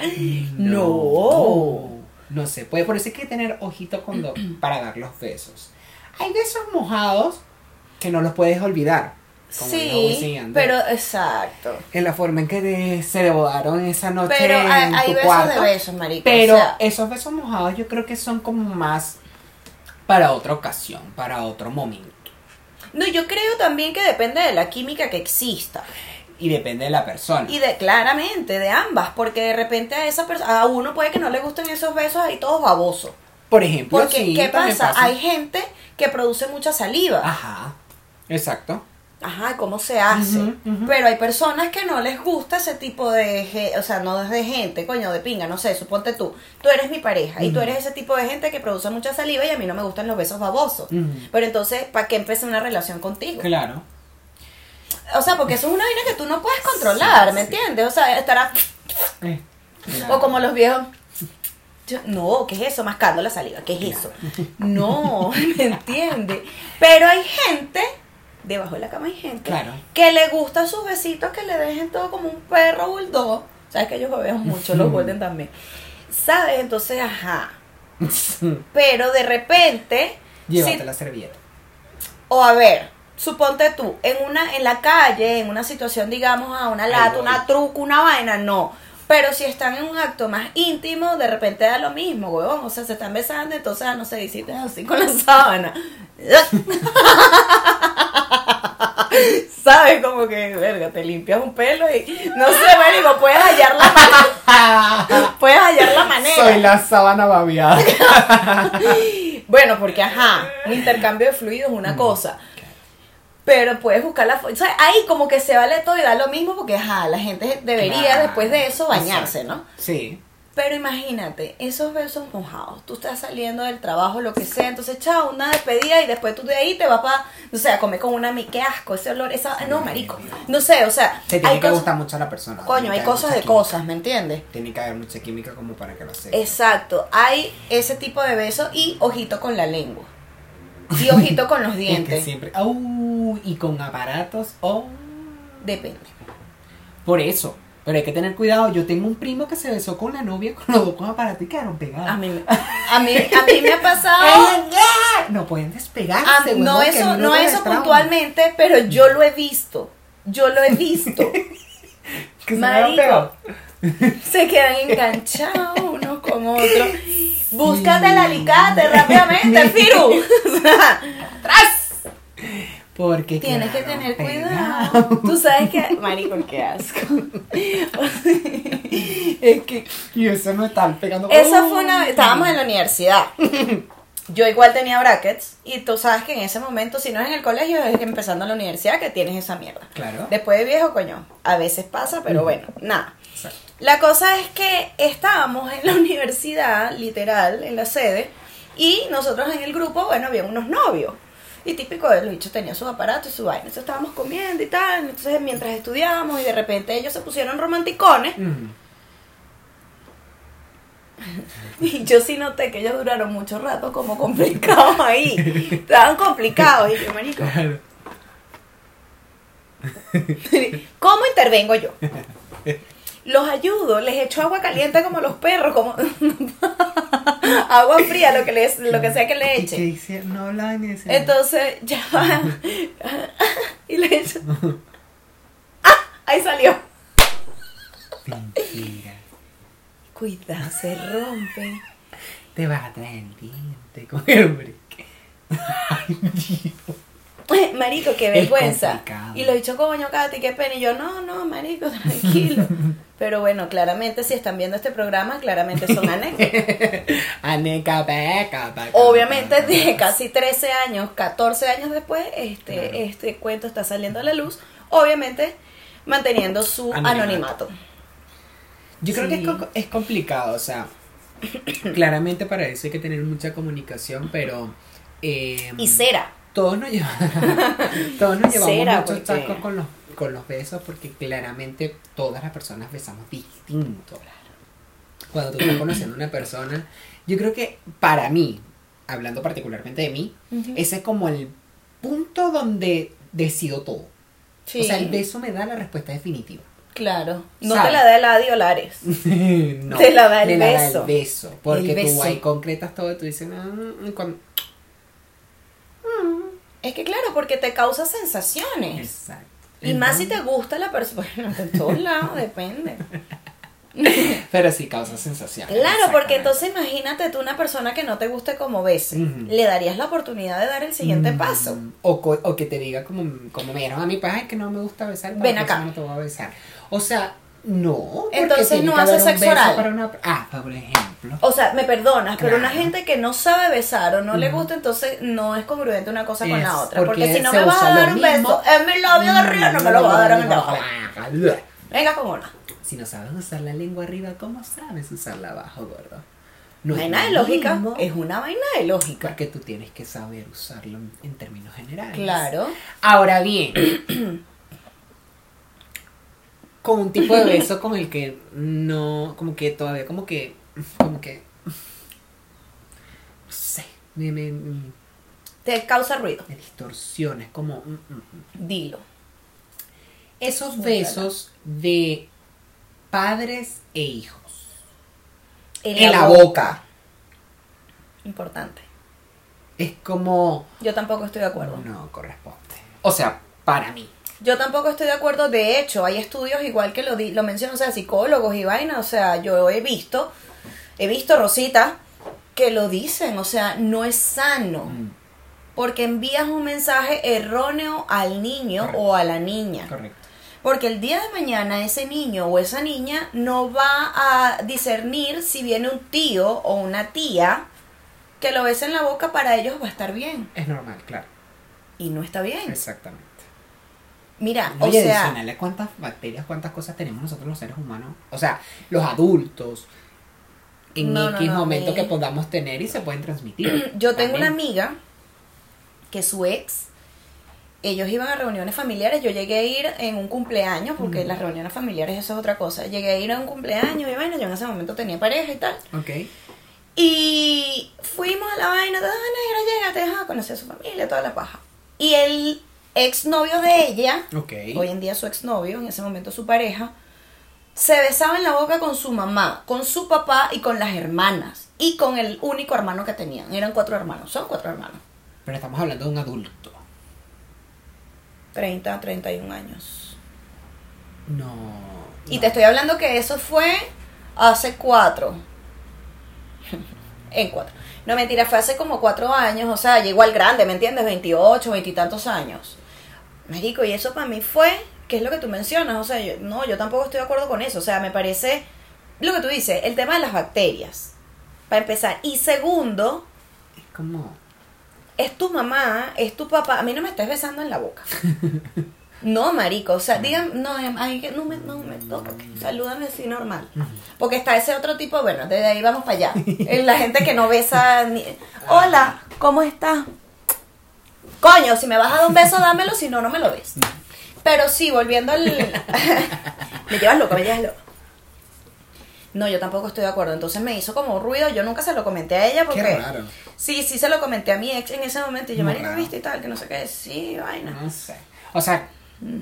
Speaker 3: no.
Speaker 2: No. No se puede. Por eso hay que tener ojito cuando, para dar los besos. Hay besos mojados que no los puedes olvidar. como dijo Wisin y
Speaker 3: Sí,
Speaker 2: Yandel.
Speaker 3: pero exacto.
Speaker 2: En la forma en que te- se devoraron esa noche.
Speaker 3: Pero hay,
Speaker 2: en
Speaker 3: hay
Speaker 2: tu
Speaker 3: besos de
Speaker 2: cuarto.
Speaker 3: besos, marico.
Speaker 2: Pero
Speaker 3: o sea,
Speaker 2: esos besos mojados yo creo que son como más para otra ocasión, para otro momento.
Speaker 3: no, yo creo también que depende de la química que exista.
Speaker 2: Y depende de la persona.
Speaker 3: Y de, claramente, de ambas, porque de repente a esa persona, a uno puede que no le gusten esos besos ahí todos babosos.
Speaker 2: Por ejemplo,
Speaker 3: Porque,
Speaker 2: sí,
Speaker 3: ¿qué
Speaker 2: también Ah.
Speaker 3: pasa? Hay gente que produce mucha saliva.
Speaker 2: Ajá. Exacto.
Speaker 3: Ajá, ¿cómo se hace?
Speaker 2: Ujú, ujú.
Speaker 3: Pero hay personas que no les gusta ese tipo de, ge- o sea, no es de gente, coño, de pinga, no sé, suponte tú, tú eres mi pareja y tú eres ese tipo de gente que produce mucha saliva y a mí no me gustan los besos babosos.
Speaker 2: Ujú.
Speaker 3: Pero entonces, ¿para qué empecé una relación contigo?
Speaker 2: Claro.
Speaker 3: O sea, porque eso es una vaina que tú no puedes controlar, ¿me
Speaker 2: sí.
Speaker 3: entiendes? O sea, estará...
Speaker 2: Eh,
Speaker 3: O como los viejos. yo, No, ¿qué es eso? Mascando la saliva, ¿qué es eso? No, ¿me entiende? Pero hay gente, debajo de la cama hay gente,
Speaker 2: Claro.
Speaker 3: que le gusta sus besitos, que le dejen todo como un perro bulldog. Sabes que ellos beban mucho, los golden también. ¿Sabes? Entonces, ajá. Pero de repente, si-
Speaker 2: Llévate la servilleta.
Speaker 3: o a ver, suponte tú, en una, en la calle, en una situación, digamos, a una lata,
Speaker 2: voy.
Speaker 3: una truca, una vaina, no. Pero si están en un acto más íntimo, de repente da lo mismo, huevón. O sea, se están besando, entonces, ah, no sé, hiciste así con la sábana. ¿Sabes? Como que, verga, te limpias un pelo y, no sé, marico, puedes hallar la manera. Ah, Puedes hallar la manera.
Speaker 2: Soy la sábana babiada.
Speaker 3: Bueno, porque ajá, un intercambio de fluidos es
Speaker 2: Mm.
Speaker 3: una cosa. Pero puedes buscar la forma. Ahí como que se vale todo y da lo mismo porque ajá, la gente debería
Speaker 2: Claro.
Speaker 3: después de eso bañarse, ¿no?
Speaker 2: sí.
Speaker 3: Pero imagínate, esos besos mojados, tú estás saliendo del trabajo, lo que sea, entonces chao, una despedida y después tú de ahí te vas para, no sé, a comer con una mi, qué asco, ese olor, esa, no, marico, no sé, o sea,
Speaker 2: Te tiene que
Speaker 3: cosas-
Speaker 2: gustar mucho la persona. tiene
Speaker 3: coño,
Speaker 2: que
Speaker 3: hay
Speaker 2: haber
Speaker 3: cosas
Speaker 2: mucha
Speaker 3: de
Speaker 2: química.
Speaker 3: cosas, ¿me entiendes?
Speaker 2: Tiene que haber mucha química como para que lo acepte.
Speaker 3: Exacto, hay ese tipo de besos y ojito con la lengua. Y ojito con los
Speaker 2: Es que
Speaker 3: dientes.
Speaker 2: siempre. Au, y con aparatos. Oh.
Speaker 3: Depende.
Speaker 2: Por eso. Pero hay que tener cuidado. Yo tengo un primo que se besó con la novia con los dos con aparatos y quedaron pegados.
Speaker 3: A mí, Ah, me- a mí, a mí me ha pasado.
Speaker 2: ¡Ah! No pueden despegarse.
Speaker 3: a- Ah, no
Speaker 2: huevón, que
Speaker 3: eso,
Speaker 2: no
Speaker 3: no
Speaker 2: te
Speaker 3: eso
Speaker 2: destraban.
Speaker 3: puntualmente, pero yo lo he visto. Yo lo he visto.
Speaker 2: Que se
Speaker 3: Marico.
Speaker 2: quedaron pegados.
Speaker 3: Se quedan enganchados unos con otros. Búscate el alicate rápidamente, Firu. O sea, ¡Atrás!
Speaker 2: Porque
Speaker 3: Tienes que
Speaker 2: quedaron
Speaker 3: tener
Speaker 2: pegados.
Speaker 3: cuidado. Tú sabes que. Marico, qué asco. es que.
Speaker 2: Y eso no están pegando.
Speaker 3: Esa
Speaker 2: Uh.
Speaker 3: fue una vez, estábamos en la universidad. Yo igual tenía brackets y tú sabes que en ese momento, si no es en el colegio, es que empezando en la universidad que tienes esa mierda.
Speaker 2: Claro.
Speaker 3: Después de viejo, coño, a veces pasa, pero bueno, nada.
Speaker 2: Exacto.
Speaker 3: La cosa es que estábamos en la universidad, literal, en la sede, y nosotros en el grupo, bueno, había unos novios. Y típico de los bichos tenía sus aparatos y su vaina. Entonces estábamos comiendo y tal. Entonces mientras estudiábamos y de repente ellos se pusieron romanticones.
Speaker 2: Mm.
Speaker 3: Y yo sí noté que ellos duraron mucho rato como complicados ahí. Estaban complicados. Y yo, marico,
Speaker 2: Claro.
Speaker 3: ¿cómo intervengo yo? Los ayudo, les echo agua caliente como los perros, como agua fría, lo que les, lo que sea que le
Speaker 2: Y que
Speaker 3: eche.
Speaker 2: dice, no hablan y dice,
Speaker 3: Entonces, ya va. y le echo. ¡Ah! Ahí salió.
Speaker 2: mentira.
Speaker 3: Cuidado, se rompe.
Speaker 2: Te vas a traer el diente con el brick. Ay, Dios.
Speaker 3: Marico, qué vergüenza.
Speaker 2: complicado.
Speaker 3: Y lo dicho coño, Katy, qué pena. Y yo, no, no, marico, tranquilo. Pero bueno, claramente si están viendo este programa, claramente son anécdotas.
Speaker 2: Aneca, peca, peca,
Speaker 3: Obviamente,
Speaker 2: peca.
Speaker 3: de casi 13 años, 14 años después, este,
Speaker 2: Claro.
Speaker 3: este cuento está saliendo a la luz. Obviamente, manteniendo su
Speaker 2: Anonimato.
Speaker 3: anonimato.
Speaker 2: Yo creo que es,
Speaker 3: Sí.
Speaker 2: co- es complicado, o sea, claramente para eso hay que tener mucha comunicación, pero... eh,
Speaker 3: Y cera.
Speaker 2: todos nos llevamos, todos nos llevamos
Speaker 3: Será,
Speaker 2: muchos
Speaker 3: porque-
Speaker 2: tacos con los, con los besos porque claramente todas las personas besamos distinto. Cuando tú estás conociendo a una persona, yo creo que para mí, hablando particularmente de mí, ese es como el punto donde decido todo.
Speaker 3: Sí,
Speaker 2: O sea, el beso me da la respuesta definitiva.
Speaker 3: claro. No
Speaker 2: Sabe.
Speaker 3: te la da el adiós, Lares.
Speaker 2: no,
Speaker 3: Te la da el
Speaker 2: me
Speaker 3: beso.
Speaker 2: beso, Porque
Speaker 3: El beso.
Speaker 2: tú ahí concretas todo y tú dices, "Mm, mm, cuando-".
Speaker 3: Es que claro, porque te causa sensaciones.
Speaker 2: Exacto.
Speaker 3: Y más si te gusta la persona. Bueno, de todos lados, depende.
Speaker 2: Pero sí causa sensación.
Speaker 3: Claro, porque
Speaker 2: Exactamente.
Speaker 3: entonces imagínate tú una persona que no te guste como ves,
Speaker 2: Ujú.
Speaker 3: le darías la oportunidad de dar el siguiente paso.
Speaker 2: Mm, O, co- o que te diga como, como me dijeron a mí, pues, ay, que no me gusta besar. para
Speaker 3: Ven
Speaker 2: la
Speaker 3: acá.
Speaker 2: persona No te voy a besar. O sea, no. porque
Speaker 3: Entonces
Speaker 2: tiene
Speaker 3: no
Speaker 2: que
Speaker 3: hace
Speaker 2: haber un
Speaker 3: sexo
Speaker 2: beso
Speaker 3: oral.
Speaker 2: para una- Ah, por ejemplo.
Speaker 3: O sea, me perdonas, pero una
Speaker 2: Claro.
Speaker 3: gente que no sabe besar o no le
Speaker 2: Ujú.
Speaker 3: gusta, entonces no es congruente una cosa con
Speaker 2: Es
Speaker 3: la otra. Porque,
Speaker 2: porque
Speaker 3: si no
Speaker 2: se
Speaker 3: me vas a
Speaker 2: usa lo
Speaker 3: dar un
Speaker 2: mismo. Mm,
Speaker 3: beso en mi labio de arriba, no me lo vas a dar en el de abajo. Venga con una.
Speaker 2: Si no sabes usar la lengua arriba, ¿cómo sabes usarla abajo, gordo? No es
Speaker 3: vaina de
Speaker 2: lo
Speaker 3: lógica.
Speaker 2: mismo,
Speaker 3: Es una vaina de lógica.
Speaker 2: Porque tú tienes que saber usarlo en, en términos generales.
Speaker 3: Claro.
Speaker 2: Ahora bien, con un tipo de beso con el que no, como que todavía, como que, como que, no sé, me, me- me-
Speaker 3: Te causa ruido.
Speaker 2: me distorsiona, es como, mm, mm, mm.
Speaker 3: Dilo.
Speaker 2: esos
Speaker 3: Suéltala.
Speaker 2: besos de padres e hijos,
Speaker 3: En,
Speaker 2: en la
Speaker 3: boca.
Speaker 2: boca,
Speaker 3: Importante.
Speaker 2: es como,
Speaker 3: Yo tampoco estoy de acuerdo.
Speaker 2: no corresponde, o sea, para mí.
Speaker 3: Yo tampoco estoy de acuerdo, de hecho, hay estudios igual que lo, di- lo mencionan, o sea, psicólogos y vaina, o sea, yo he visto, he visto Rosita, que lo dicen, o sea, no es sano, porque envías un mensaje erróneo al niño
Speaker 2: Correcto.
Speaker 3: o a la niña,
Speaker 2: Correcto.
Speaker 3: porque el día de mañana ese niño o esa niña no va a discernir si viene un tío o una tía que lo besa en la boca, para ellos va a estar bien,
Speaker 2: Es normal, claro,
Speaker 3: y no está bien.
Speaker 2: exactamente.
Speaker 3: Mira,
Speaker 2: Oye,
Speaker 3: o sea...
Speaker 2: adicional a cuántas bacterias, cuántas cosas tenemos nosotros los seres humanos, o sea, los adultos, en
Speaker 3: No, no,
Speaker 2: X
Speaker 3: no,
Speaker 2: momento
Speaker 3: mi-
Speaker 2: que podamos tener y se pueden transmitir.
Speaker 3: Yo tengo una
Speaker 2: También.
Speaker 3: amiga que su ex, ellos iban a reuniones familiares, yo llegué a ir en un cumpleaños, porque las reuniones familiares eso es otra cosa, llegué a ir a un cumpleaños y bueno, yo en ese momento tenía pareja y tal.
Speaker 2: Ok.
Speaker 3: Y fuimos a la vaina, ah, negra, llega, te deja conocer a su familia, toda la paja. Y el exnovio de ella,
Speaker 2: Ok.
Speaker 3: hoy en día su exnovio, en ese momento su pareja, se besaba en la boca con su mamá, con su papá y con las hermanas. Y con el único hermano que tenían. Eran cuatro hermanos, son cuatro hermanos.
Speaker 2: Pero estamos hablando de un adulto.
Speaker 3: 30, 31 años.
Speaker 2: No.
Speaker 3: Y
Speaker 2: no.
Speaker 3: te estoy hablando que eso fue hace cuatro. en cuatro. No, mentira, fue hace como cuatro años, o sea, ya igual grande, ¿me entiendes? 28, 20 y tantos años. Marico, y eso para mí fue, ¿qué es lo que tú mencionas? O sea, yo, no, yo tampoco estoy de acuerdo con eso. O sea, me parece, lo que tú dices, el tema de las bacterias, para empezar. Y segundo,
Speaker 2: Es como.
Speaker 3: es tu mamá, es tu papá. A mí no me estés besando en la boca. No, marico, o sea, digan, no, em, ay, que no me, no me toques, salúdame así normal. Porque está ese otro tipo, bueno, desde ahí vamos para allá. Eh, La gente que no besa ni... Hola, ¿cómo estás? Coño, si me vas a dar un beso, dámelo, si no, no me lo des. Pero sí, volviendo al... me llevas loco, me llevas loco. No, yo tampoco estoy de acuerdo. Entonces me hizo como ruido. Yo nunca se lo comenté a ella porque.
Speaker 2: raro.
Speaker 3: Sí, sí se lo comenté a mi ex en ese momento. Y yo,
Speaker 2: Muy
Speaker 3: marico,
Speaker 2: raro.
Speaker 3: viste y tal, que no sé qué. Sí, vaina.
Speaker 2: No sé. O sea,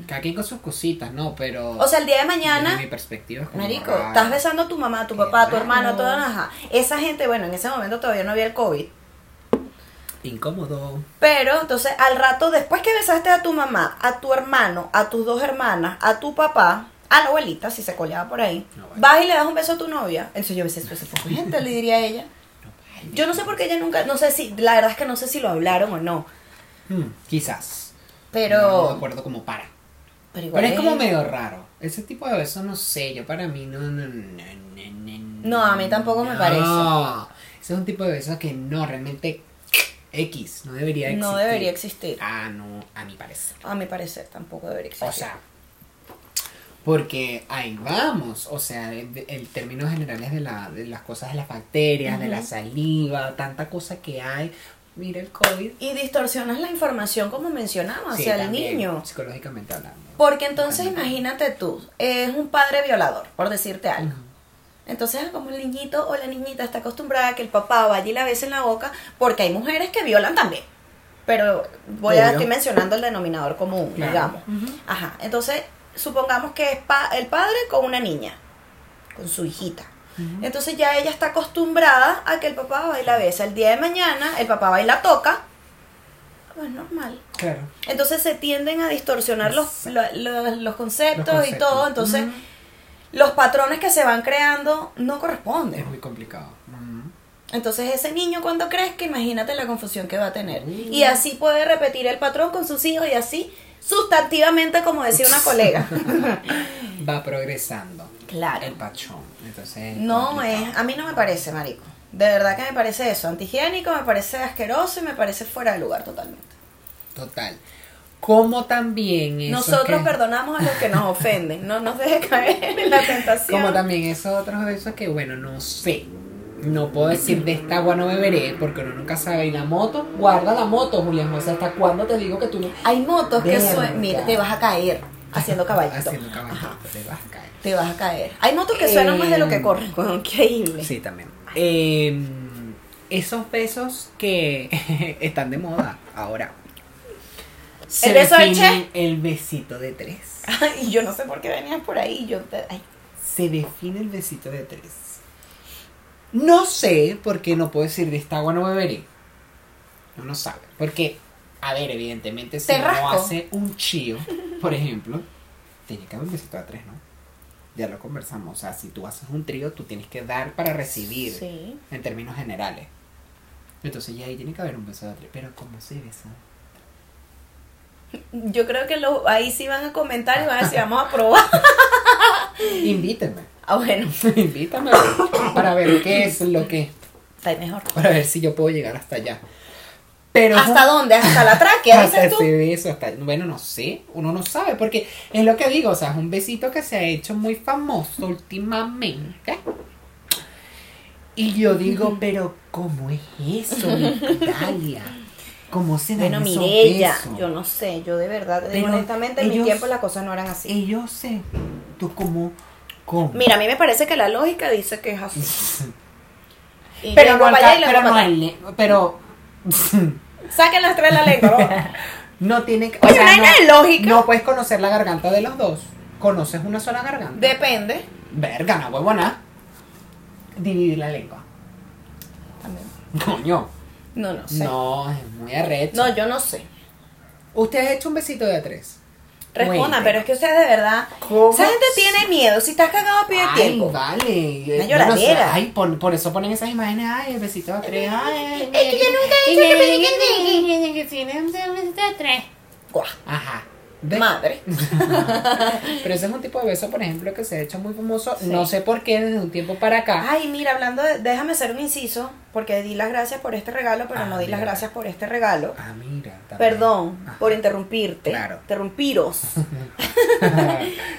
Speaker 2: cada quien con sus cositas, ¿no? Pero.
Speaker 3: Mm. O sea, el día de
Speaker 2: desde
Speaker 3: mañana,
Speaker 2: mi perspectiva. es como
Speaker 3: marico,
Speaker 2: raro.
Speaker 3: estás besando a tu mamá, a tu
Speaker 2: Qué
Speaker 3: papá, a tu
Speaker 2: raro.
Speaker 3: hermano, a toda ajá. Esa gente, bueno, en ese momento todavía no había el COVID.
Speaker 2: Incómodo.
Speaker 3: Pero entonces al rato, después que besaste a tu mamá, a tu hermano, a tus dos hermanas, a tu papá, a la abuelita, si se coleaba por ahí,
Speaker 2: No, vale.
Speaker 3: vas y le das un beso a tu novia. Entonces yo besé ese poco de gente, le diría a ella.
Speaker 2: No, vale.
Speaker 3: Yo no sé por qué ella nunca, no sé si, la verdad es que no sé si lo hablaron o no,
Speaker 2: Mm, quizás. No, de
Speaker 3: pero...
Speaker 2: acuerdo, como para.
Speaker 3: Pero, igual
Speaker 2: Pero es como medio raro. Ese tipo de besos, no sé, yo para mí no... No, no, no, no,
Speaker 3: No, a mí tampoco me parece.
Speaker 2: No, ese es un tipo de besos que no, realmente X, no debería existir.
Speaker 3: No debería existir.
Speaker 2: Ah, no, a mi parecer.
Speaker 3: A mi parecer tampoco debería existir.
Speaker 2: O sea, porque ahí vamos, o sea, el, el término general es de, la, de las cosas de las bacterias, de la saliva, tanta cosa que hay. Mira el COVID.
Speaker 3: y distorsionas la información como mencionaba
Speaker 2: Sí,
Speaker 3: hacia el
Speaker 2: también,
Speaker 3: niño.
Speaker 2: Psicológicamente hablando.
Speaker 3: Porque entonces
Speaker 2: Ajá.
Speaker 3: imagínate tú, es un padre violador, por decirte algo.
Speaker 2: Ujú.
Speaker 3: Entonces, ah, como el niñito o la niñita está acostumbrada a que el papá vaya y la bese en la boca, porque hay mujeres que violan también. Pero voy a
Speaker 2: Obvio.
Speaker 3: estoy mencionando el denominador común,
Speaker 2: Claro.
Speaker 3: digamos. Ajá. Entonces, supongamos que es pa- el padre con una niña, con su hijita. Entonces ya ella está acostumbrada a que el papá va y la besa. El día de mañana el papá va y la toca. Pues normal.
Speaker 2: Claro.
Speaker 3: Entonces se tienden a distorsionar los, lo- lo- los conceptos y
Speaker 2: conceptos.
Speaker 3: todo. Entonces, los patrones que se van creando no corresponden.
Speaker 2: Es muy complicado. Ujú.
Speaker 3: Entonces ese niño cuando crezca, imagínate la confusión que va a tener. Y así puede repetir el patrón con sus hijos y así sustantivamente, como decía una colega.
Speaker 2: Va progresando.
Speaker 3: Claro.
Speaker 2: El pachón. Entonces.
Speaker 3: No
Speaker 2: complicado.
Speaker 3: es, a mí no me parece, marico. De verdad que me parece eso, antihigiénico, me parece asqueroso y me parece fuera de lugar totalmente.
Speaker 2: Total. Como también. esos
Speaker 3: Nosotros
Speaker 2: que-
Speaker 3: perdonamos a los que nos ofenden, no nos deje caer en la tentación.
Speaker 2: Como también esos otros besos que, bueno, no sé. No puedo decir de esta agua no beberé porque uno nunca sabe. Y la moto, guarda la moto, Julián. O sea, ¿hasta cuándo te digo que tú no.
Speaker 3: Hay motos que
Speaker 2: Verga.
Speaker 3: suenan, mira, te vas a caer haciendo caballito.
Speaker 2: Haciendo caballito,
Speaker 3: Ajá,
Speaker 2: te vas a caer.
Speaker 3: te vas a caer. Hay motos que suenan más de lo que
Speaker 2: Eh,
Speaker 3: corren, weón, increíble.
Speaker 2: Sí, también. Eh, esos besos que están de moda ahora. Se
Speaker 3: beso del
Speaker 2: definen- El besito de tres.
Speaker 3: Y yo no sé por qué venías por ahí, yo te- ay,
Speaker 2: Se define el besito de tres. No sé por qué no puedo decir de esta agua no beberé. Uno sabe. Porque, a ver, evidentemente, si
Speaker 3: Te
Speaker 2: uno
Speaker 3: rasco.
Speaker 2: hace un chío, por ejemplo, tiene que haber un besito de tres, ¿no? Ya lo conversamos. O sea, si tú haces un trío, tú tienes que dar para recibir.
Speaker 3: Sí.
Speaker 2: en términos generales. Entonces ya ahí tiene que haber un beso de tres. Pero ¿cómo se besa?
Speaker 3: Yo creo que lo- ahí sí van a comentar y van a decir, vamos a probar.
Speaker 2: Invítame.
Speaker 3: Ah, bueno,
Speaker 2: Invítame para ver qué es lo que.
Speaker 3: está mejor.
Speaker 2: Para ver si yo puedo llegar hasta allá. Pero
Speaker 3: ¿Hasta dónde? ¿Hasta la tráquea,
Speaker 2: hasta
Speaker 3: dices tú?
Speaker 2: ese beso, hasta- bueno, no sé, uno no sabe, porque es lo que digo, o sea, es un besito que se ha hecho muy famoso últimamente. Y yo digo, pero ¿cómo es eso, Natalia? ¿Cómo se dan
Speaker 3: Bueno,
Speaker 2: esos
Speaker 3: Mirella,
Speaker 2: besos?
Speaker 3: yo no sé, yo de verdad,
Speaker 2: Pero
Speaker 3: honestamente, en mi
Speaker 2: ellos- eh,
Speaker 3: tiempo las cosas no eran así.
Speaker 2: Y yo sé, tú como, como.
Speaker 3: Mira, a mí me parece que la lógica dice que es así. Y
Speaker 2: pero
Speaker 3: yo digo,
Speaker 2: no, alca-
Speaker 3: vaya y le voy
Speaker 2: pero
Speaker 3: a
Speaker 2: no,
Speaker 3: matar.
Speaker 2: al- pero
Speaker 3: Saquen las tres de la lengua. ¿no?
Speaker 2: no tiene que,
Speaker 3: Oye, no hay nada de lógica.
Speaker 2: No puedes conocer la garganta de los dos. Conoces una sola garganta.
Speaker 3: Depende.
Speaker 2: Verga, no huevona. Dividir la lengua.
Speaker 3: También.
Speaker 2: Coño.
Speaker 3: No, no sé.
Speaker 2: No, es muy arrecho.
Speaker 3: No, yo no sé.
Speaker 2: Usted ha hecho un besito de a tres.
Speaker 3: Respondan,
Speaker 2: Cuénteme.
Speaker 3: pero es que ustedes de verdad.
Speaker 2: ¿Cómo
Speaker 3: Esa gente
Speaker 2: se-
Speaker 3: tiene miedo. Si estás cagado, pide
Speaker 2: Ay,
Speaker 3: tiempo.
Speaker 2: vale.
Speaker 3: Una
Speaker 2: Yo no sé.
Speaker 3: lloradera.
Speaker 2: Ay, por, por eso ponen esas imágenes. Ay, el besito de a tres. Ay,
Speaker 4: Es que yo nunca he hecho una que tiene un besito de tres.
Speaker 3: Guau,
Speaker 2: Ajá. ¿Ves?
Speaker 3: Madre.
Speaker 2: Pero ese es un tipo de beso, por ejemplo, que se ha hecho muy famoso.
Speaker 3: Sí.
Speaker 2: No sé por qué desde un tiempo para acá.
Speaker 3: Ay, mira, hablando de. Déjame hacer un inciso, porque di las gracias por este regalo, pero
Speaker 2: Ah,
Speaker 3: no di las
Speaker 2: mira.
Speaker 3: gracias por este regalo.
Speaker 2: Ah, mira. también.
Speaker 3: Perdón
Speaker 2: Ajá.
Speaker 3: por interrumpirte.
Speaker 2: Claro.
Speaker 3: Interrumpiros.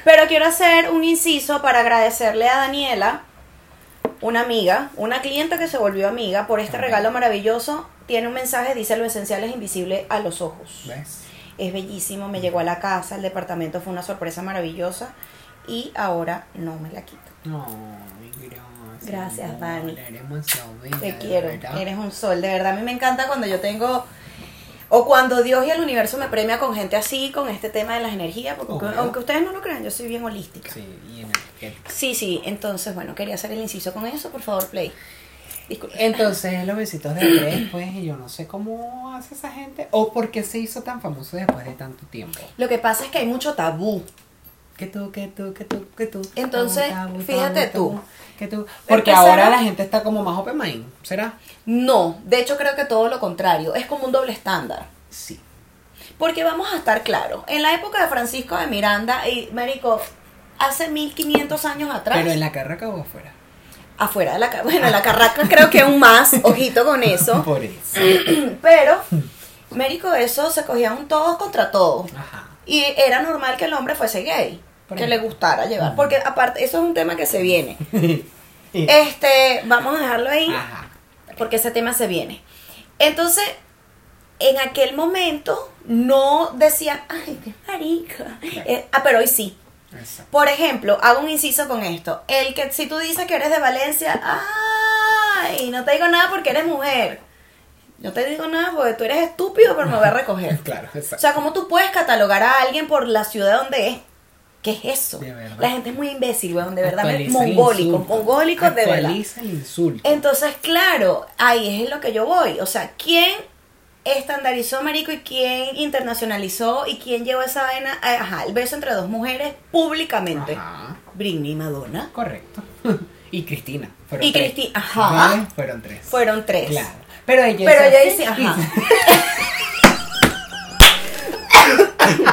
Speaker 3: Pero quiero hacer un inciso para agradecerle a Daniela, una amiga, una clienta que se volvió amiga, por este
Speaker 2: Ok.
Speaker 3: regalo maravilloso. Tiene un mensaje, dice lo esencial es invisible a los ojos.
Speaker 2: ¿Ves?
Speaker 3: Es bellísimo, me llegó a la casa, el departamento fue una sorpresa maravillosa y ahora no me la quito.
Speaker 2: Ay, gracias.
Speaker 3: Gracias,
Speaker 2: amor,
Speaker 3: Dani.
Speaker 2: Eres demasiado bella,
Speaker 3: Te
Speaker 2: de
Speaker 3: quiero,
Speaker 2: verdad.
Speaker 3: eres un sol, de verdad a mí me encanta cuando yo tengo o cuando Dios y el universo me premia con gente así, con este tema de las energías, porque aunque-
Speaker 2: Obvio.
Speaker 3: aunque ustedes no lo crean, yo soy bien holística.
Speaker 2: Sí, y energética.
Speaker 3: Sí, sí, entonces, bueno, quería hacer el inciso con eso, por favor, Play. Disculpe.
Speaker 2: Entonces, los besitos de tres, pues, y yo no sé cómo hace esa gente. O por qué se hizo tan famoso después de tanto tiempo.
Speaker 3: Lo que pasa es que hay mucho tabú.
Speaker 2: Que tú, que tú, que tú, que tú.
Speaker 3: Entonces, fíjate tú.
Speaker 2: Que tú. Porque
Speaker 3: Empezaron-
Speaker 2: ahora la gente está como más open mind. ¿Será?
Speaker 3: No, de hecho creo que todo lo contrario, es como un doble estándar.
Speaker 2: Sí.
Speaker 3: Porque vamos a estar claros, en la época de Francisco de Miranda y Marico, hace 1500 años atrás,
Speaker 2: Pero en la carraca o afuera.
Speaker 3: afuera de la carraca, bueno, en la carraca creo que aún más, ojito con eso,
Speaker 2: Por eso.
Speaker 3: pero Marico, eso se cogían un todos contra todos.
Speaker 2: Ajá.
Speaker 3: Y era normal que el hombre fuese gay,
Speaker 2: Por
Speaker 3: que le
Speaker 2: ejemplo.
Speaker 3: gustara llevar, porque aparte, eso es un tema que se viene.
Speaker 2: Eh,
Speaker 3: Este, vamos a dejarlo ahí.
Speaker 2: Ajá.
Speaker 3: porque ese tema se viene. Entonces, en aquel momento no decían, ay, qué marica. Eh, ah, pero hoy sí.
Speaker 2: Exacto.
Speaker 3: Por ejemplo, hago un inciso con esto. El que si tú dices que eres de Valencia, ay, no te digo nada porque eres mujer. No te digo nada porque tú eres estúpido, pero me voy a recoger.
Speaker 2: Claro,
Speaker 3: O
Speaker 2: exacto.
Speaker 3: sea, ¿cómo tú puedes catalogar a alguien por la ciudad donde es? ¿Qué es eso?
Speaker 2: De verdad.
Speaker 3: La gente es muy imbécil, weón, de verdad.
Speaker 2: Actualiza el
Speaker 3: Mongólico,
Speaker 2: insulto.
Speaker 3: mongólico de verdad.
Speaker 2: Actualiza el insulto.
Speaker 3: Entonces, claro, ahí es lo que yo voy. O sea, ¿quién estandarizó Marico y quién internacionalizó y quién llevó esa vaina? a- Ajá, el beso entre dos mujeres públicamente.
Speaker 2: Ajá.
Speaker 3: Britney y Madonna.
Speaker 2: Correcto. y Cristina. fueron
Speaker 3: Y
Speaker 2: tres.
Speaker 3: Cristina, ajá.
Speaker 2: ¿Vale? Fueron tres.
Speaker 3: Fueron tres.
Speaker 2: Claro. Pero ella
Speaker 3: Pero
Speaker 2: hizo-
Speaker 3: ella dice, ajá.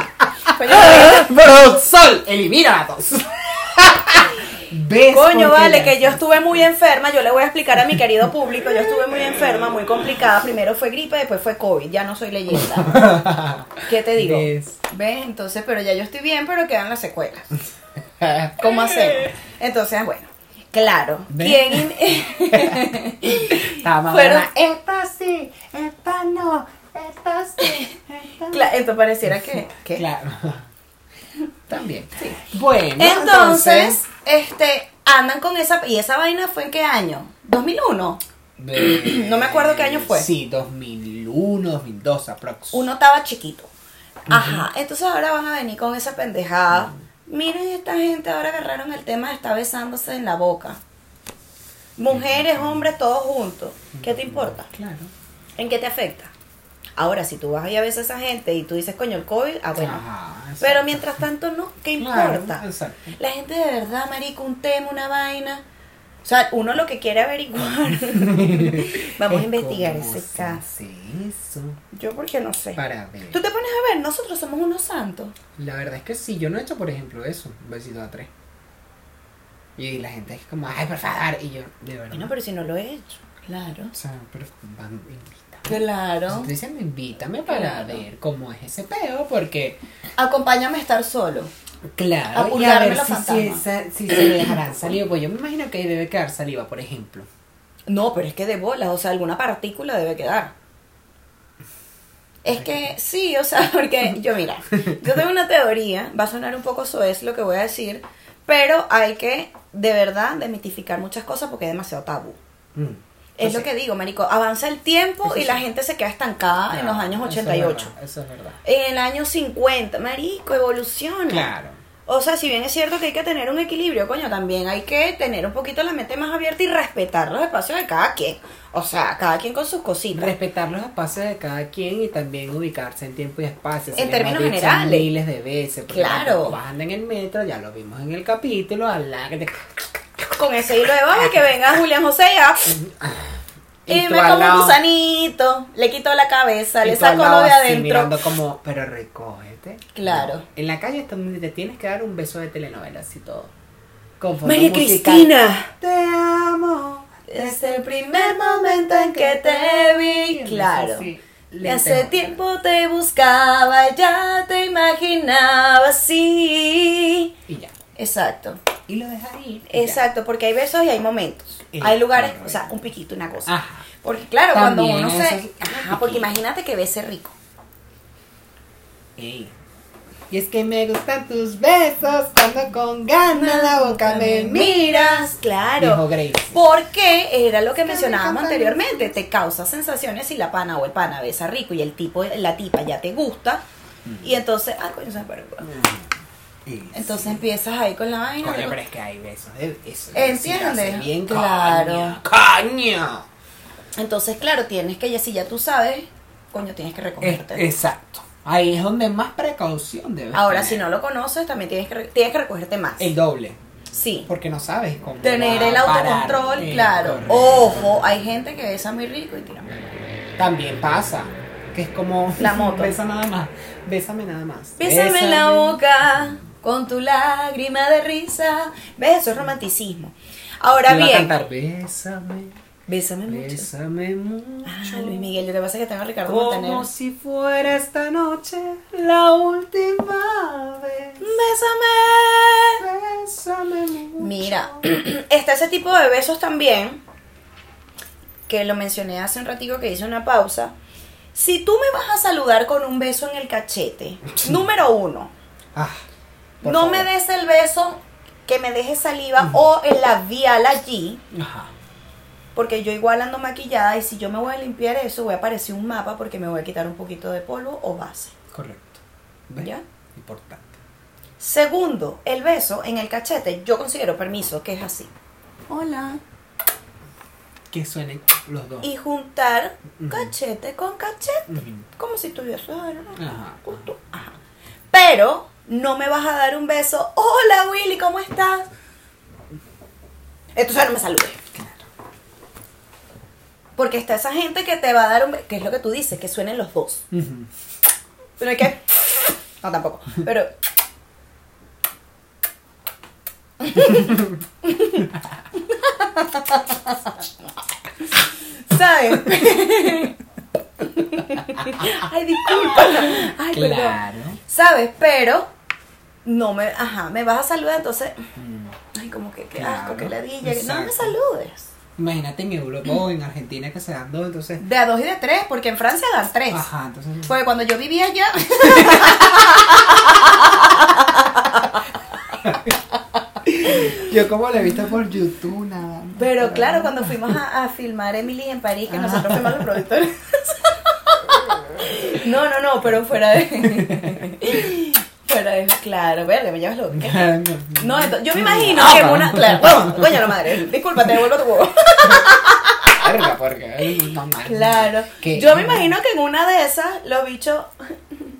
Speaker 3: Coño,
Speaker 2: Bro, Sol, elimina a dos. ¿Ves
Speaker 3: Coño,
Speaker 2: por qué
Speaker 3: vale,
Speaker 2: la-
Speaker 3: que yo estuve muy enferma, yo le voy a explicar a mi querido público, yo estuve muy enferma, muy complicada, primero fue gripe, después fue COVID, ya no soy leyenda. ¿Qué te digo?
Speaker 2: ¿Ves?
Speaker 3: ¿Ves? Entonces, pero ya yo estoy bien, pero quedan las secuelas. ¿Cómo hacemos? Entonces, bueno, claro.
Speaker 2: ¿Ves?
Speaker 3: ¿Quién in-
Speaker 2: Está mamá.
Speaker 3: Fueron-
Speaker 4: Esta sí, esta no, esta sí, esta
Speaker 3: Cla- Esto pareciera que... ¿qué?
Speaker 2: Claro. También. Bueno,
Speaker 3: Entonces, este, andan con esa... ¿Y esa vaina fue en qué año? ¿2001?
Speaker 2: entonces-
Speaker 3: no me acuerdo qué año fue.
Speaker 2: Sí, 2001, 2002 aprox.
Speaker 3: Uno estaba chiquito. Ajá, entonces ahora van a venir con esa pendejada. Miren esta gente, ahora agarraron el tema de estar besándose en la boca. Mujeres, hombres, todos juntos. ¿Qué te importa?
Speaker 2: Claro.
Speaker 3: ¿En qué te afecta? Ahora, si tú vas ahí a veces a esa gente y tú dices, coño, el COVID, ah, bueno.
Speaker 2: Ajá, exacto.
Speaker 3: Pero mientras tanto, no, ¿qué
Speaker 2: Claro,
Speaker 3: importa?
Speaker 2: exacto.
Speaker 3: La gente de verdad, marico, un tema, una vaina. O sea, uno lo que quiere averiguar. Vamos a
Speaker 2: Es
Speaker 3: investigar
Speaker 2: como
Speaker 3: ese
Speaker 2: se
Speaker 3: caso.
Speaker 2: hace eso
Speaker 3: Yo porque no sé.
Speaker 2: para ver.
Speaker 3: Tú te pones a ver, nosotros somos unos santos.
Speaker 2: La verdad es que sí, yo no he hecho, por ejemplo, eso, un besito a tres. Y la gente es como, ay, por favor, y yo, de verdad.
Speaker 3: Bueno, pero si no lo he hecho. Claro.
Speaker 2: O sea, pero van, invítame.
Speaker 3: Claro.
Speaker 2: Estoy diciendo, invítame para
Speaker 3: Claro.
Speaker 2: ver cómo es ese peo, porque,
Speaker 3: Acompáñame a estar solo.
Speaker 2: claro,
Speaker 3: A
Speaker 2: y a
Speaker 3: purgarme
Speaker 2: ver
Speaker 3: los
Speaker 2: si, si,
Speaker 3: fantasmas.
Speaker 2: esa- si se le dejarán saliva. Pues yo me imagino que ahí debe quedar saliva, por ejemplo.
Speaker 3: No, pero es que de bolas, o sea, alguna partícula debe quedar. Es que sí, o sea, porque yo mira, yo tengo una teoría, va a sonar un poco soez lo que voy a decir, pero hay que de verdad desmitificar muchas cosas porque es demasiado tabú.
Speaker 2: Mm.
Speaker 3: Es
Speaker 2: Yo
Speaker 3: lo
Speaker 2: sé.
Speaker 3: que digo, marico, avanza el tiempo
Speaker 2: Eso
Speaker 3: y la
Speaker 2: Pues sí.
Speaker 3: gente se queda estancada en los
Speaker 2: Claro,
Speaker 3: años
Speaker 2: eso es
Speaker 3: 88.
Speaker 2: verdad, Eso es verdad.
Speaker 3: En el año 50, marico, evoluciona.
Speaker 2: Claro.
Speaker 3: O sea, si bien es cierto que hay que tener un equilibrio, coño, también hay que tener un poquito la mente más abierta y respetar los espacios de cada quien. O sea, cada quien con sus cositas.
Speaker 2: Respetar los espacios de cada quien y también ubicarse en tiempo y espacio. Se
Speaker 3: En
Speaker 2: les ha
Speaker 3: términos
Speaker 2: dicho
Speaker 3: generales.
Speaker 2: Miles de veces. porque
Speaker 3: Claro.
Speaker 2: tampoco Vas andando en el metro, ya lo vimos en el capítulo, a la
Speaker 3: Eh,
Speaker 2: que te...
Speaker 3: con ese hilo de baja que venga Julián José ya. Y,
Speaker 2: tú
Speaker 3: me
Speaker 2: al
Speaker 3: como un
Speaker 2: lado-
Speaker 3: gusanito, le quito la cabeza,
Speaker 2: y
Speaker 3: le
Speaker 2: tú al
Speaker 3: saco
Speaker 2: lado
Speaker 3: lo de
Speaker 2: así,
Speaker 3: adentro.
Speaker 2: mirando como, pero recógete.
Speaker 3: Claro.
Speaker 2: No. En la calle es donde te tienes que dar un beso de telenovela, así todo. Con fondo
Speaker 3: María
Speaker 2: musical.
Speaker 3: Cristina.
Speaker 2: Te amo.
Speaker 3: Desde el primer momento en que te vi, claro. Y hace tiempo te buscaba, ya te imaginaba así.
Speaker 2: Y ya.
Speaker 3: Exacto.
Speaker 2: Y lo dejas ahí.
Speaker 3: Exacto, porque hay besos y hay momentos.
Speaker 2: Eh,
Speaker 3: hay lugares,
Speaker 2: claro.
Speaker 3: o sea, un piquito, una cosa.
Speaker 2: Ajá.
Speaker 3: Porque claro,
Speaker 2: Ah, También
Speaker 3: cuando uno
Speaker 2: eso
Speaker 3: se...
Speaker 2: es-
Speaker 3: Ajá, porque imagínate que bese rico.
Speaker 2: Ey. Y es que me gustan tus besos cuando con ganas la boca me miras. Dijo
Speaker 3: Claro.
Speaker 2: Grace.
Speaker 3: Porque era lo que
Speaker 2: me
Speaker 3: mencionábamos
Speaker 2: encantan
Speaker 3: anteriormente, te causa sensaciones si la pana o el pana besa rico y el tipo, la tipa ya te gusta.
Speaker 2: Mm.
Speaker 3: Y entonces, ah, coño, se me paró. Entonces empiezas ahí con la vaina.
Speaker 2: Coño, pero es que hay besos de eso.
Speaker 3: ¿Entiendes?
Speaker 2: Sí, bien
Speaker 3: Claro.
Speaker 2: claro. Caña.
Speaker 3: Entonces, claro, tienes que, ya si ya tú sabes, coño, tienes que recogerte.
Speaker 2: exacto. Ahí es donde más precaución debes
Speaker 3: Ahora,
Speaker 2: tener.
Speaker 3: si no lo conoces, también tienes que, re- tienes que recogerte más.
Speaker 2: El doble.
Speaker 3: Sí.
Speaker 2: Porque no sabes cómo.
Speaker 3: Tener
Speaker 2: va a
Speaker 3: el
Speaker 2: parar.
Speaker 3: autocontrol,
Speaker 2: Eh,
Speaker 3: claro.
Speaker 2: correcto.
Speaker 3: Ojo, hay gente que besa muy rico y tira. muy rico.
Speaker 2: También pasa. Que es como.
Speaker 3: La moto.
Speaker 2: Besa nada más. Bésame nada más.
Speaker 3: Bésame en la
Speaker 2: Bésame.
Speaker 3: boca con tu lágrima de risa. ¿Ves? Eso es romanticismo. Ahora
Speaker 2: Iba a
Speaker 3: bien,
Speaker 2: cantar, Bésame.
Speaker 3: bésame mucho.
Speaker 2: Bésame mucho.
Speaker 3: Ah, Luis Miguel, lo que pasa es que tengo a Ricardo
Speaker 2: Como
Speaker 3: Montaner.
Speaker 2: si fuera esta noche la última vez.
Speaker 3: Bésame.
Speaker 2: Bésame mucho.
Speaker 3: Mira, está ese tipo de besos también, que lo mencioné hace un ratito que hice una pausa. Si tú me vas a saludar con un beso en el cachete, número uno,
Speaker 2: Ah, por
Speaker 3: No
Speaker 2: favor.
Speaker 3: me des el beso que me deje saliva o el labial allí,
Speaker 2: Ajá.
Speaker 3: porque yo igual ando maquillada y si yo me voy a limpiar eso, voy a aparecer un mapa porque me voy a quitar un poquito de polvo o base.
Speaker 2: Correcto.
Speaker 3: ¿Ya?
Speaker 2: Importante.
Speaker 3: Segundo, el beso en el cachete, yo considero permiso que es así. Hola.
Speaker 2: Que suenen los dos.
Speaker 3: Y juntar
Speaker 2: Ujú.
Speaker 3: cachete con cachete,
Speaker 2: Ujú.
Speaker 3: como si estuviese...
Speaker 2: Ajá.
Speaker 3: Pero no me vas a dar un beso. Hola Willy, ¿cómo estás? Entonces no me saludes. Porque está esa gente que te va a dar un... be- que es lo que tú dices? Que suenen los dos.
Speaker 2: Ujú.
Speaker 3: Pero hay que... No, tampoco. Pero... ¿Sabes? Ay, disculpa. Ay, perdón.
Speaker 2: Claro.
Speaker 3: ¿Sabes? Pero... No me... Ajá, me vas a saludar, entonces...
Speaker 2: Mm.
Speaker 3: Ay, como que qué
Speaker 2: Claro,
Speaker 3: asco, que ladilla. que- No me
Speaker 2: exacto.
Speaker 3: saludes.
Speaker 2: Imagínate en Europa o en Argentina que se dan dos, entonces.
Speaker 3: De a dos y de tres, porque en Francia dan tres.
Speaker 2: Ajá, entonces.
Speaker 3: Porque cuando yo vivía allá.
Speaker 2: Yo como la he visto por YouTube, nada. más.
Speaker 3: Pero claro, cuando fuimos a, a filmar Emily en París, que nosotros fuimos los productores. no, no, no, pero fuera de. fuera de. Claro, verga, me llevas loca. No, ento- yo me imagino
Speaker 2: Ah,
Speaker 3: que en una. Claro, huevo, coño la madre. Disculpa, te devuelvo tu huevo.
Speaker 2: Verga, porque ay, no mames.
Speaker 3: Claro.
Speaker 2: Que-
Speaker 3: Yo me imagino que en una de esas, los bichos.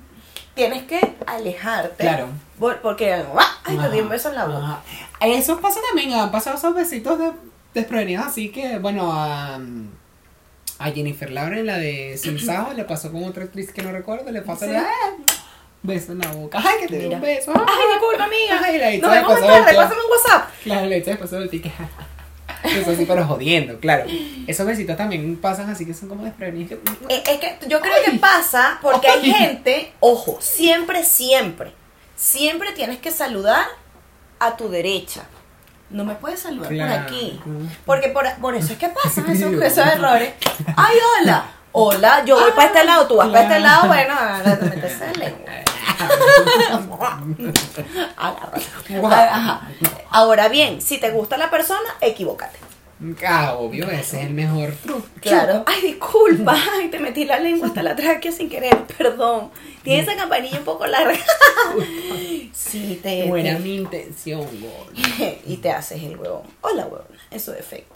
Speaker 3: Tienes que alejarte.
Speaker 2: Claro.
Speaker 3: Por- Porque. ¡ah! Ay, te di un
Speaker 2: Ajá,
Speaker 3: beso en la boca.
Speaker 2: ajá. Eso pasa también, han pasado esos besitos de, desprevenidos, así que, bueno, a, a Jennifer Lauren, la de Sin Sajo, le pasó con otra actriz que no recuerdo, le pasó
Speaker 3: Sí.
Speaker 2: la, ah, beso en la boca, ay, que te di
Speaker 3: Mira.
Speaker 2: un beso,
Speaker 3: Ay, disculpa, amiga.
Speaker 2: Ay, la
Speaker 3: Nos
Speaker 2: Itza
Speaker 3: vemos más
Speaker 2: pasó
Speaker 3: tarde,
Speaker 2: otra.
Speaker 3: pásame un WhatsApp.
Speaker 2: claro, le echas pasó el ticket, eso sí, pero jodiendo, claro, esos besitos también pasan así que son como desprevenidos, que-
Speaker 3: Eh, Es que yo creo que pasa porque hay
Speaker 2: Ay.
Speaker 3: gente, ojo, siempre, siempre, siempre tienes que saludar a tu derecha. No me puedes saludar por
Speaker 2: Claro.
Speaker 3: aquí. Porque por, por eso es que pasan esos,
Speaker 2: Dios.
Speaker 3: esos errores. ¡Ay, hola! Hola, yo voy para este lado, tú vas para este lado, bueno, ahora te metes en lengua. Ahora, ajá. Ahora bien, si te gusta la persona, equivócate.
Speaker 2: ah, obvio, ese es el mejor truco,
Speaker 3: Claro. Ay, disculpa. Ay, te metí la lengua hasta la tráquea sin querer. Perdón. Tiene esa campanilla un poco larga. sí, te.
Speaker 2: no era
Speaker 3: te-
Speaker 2: mi intención, gordo.
Speaker 3: y te haces el huevón. Hola, huevona. Es su defecto.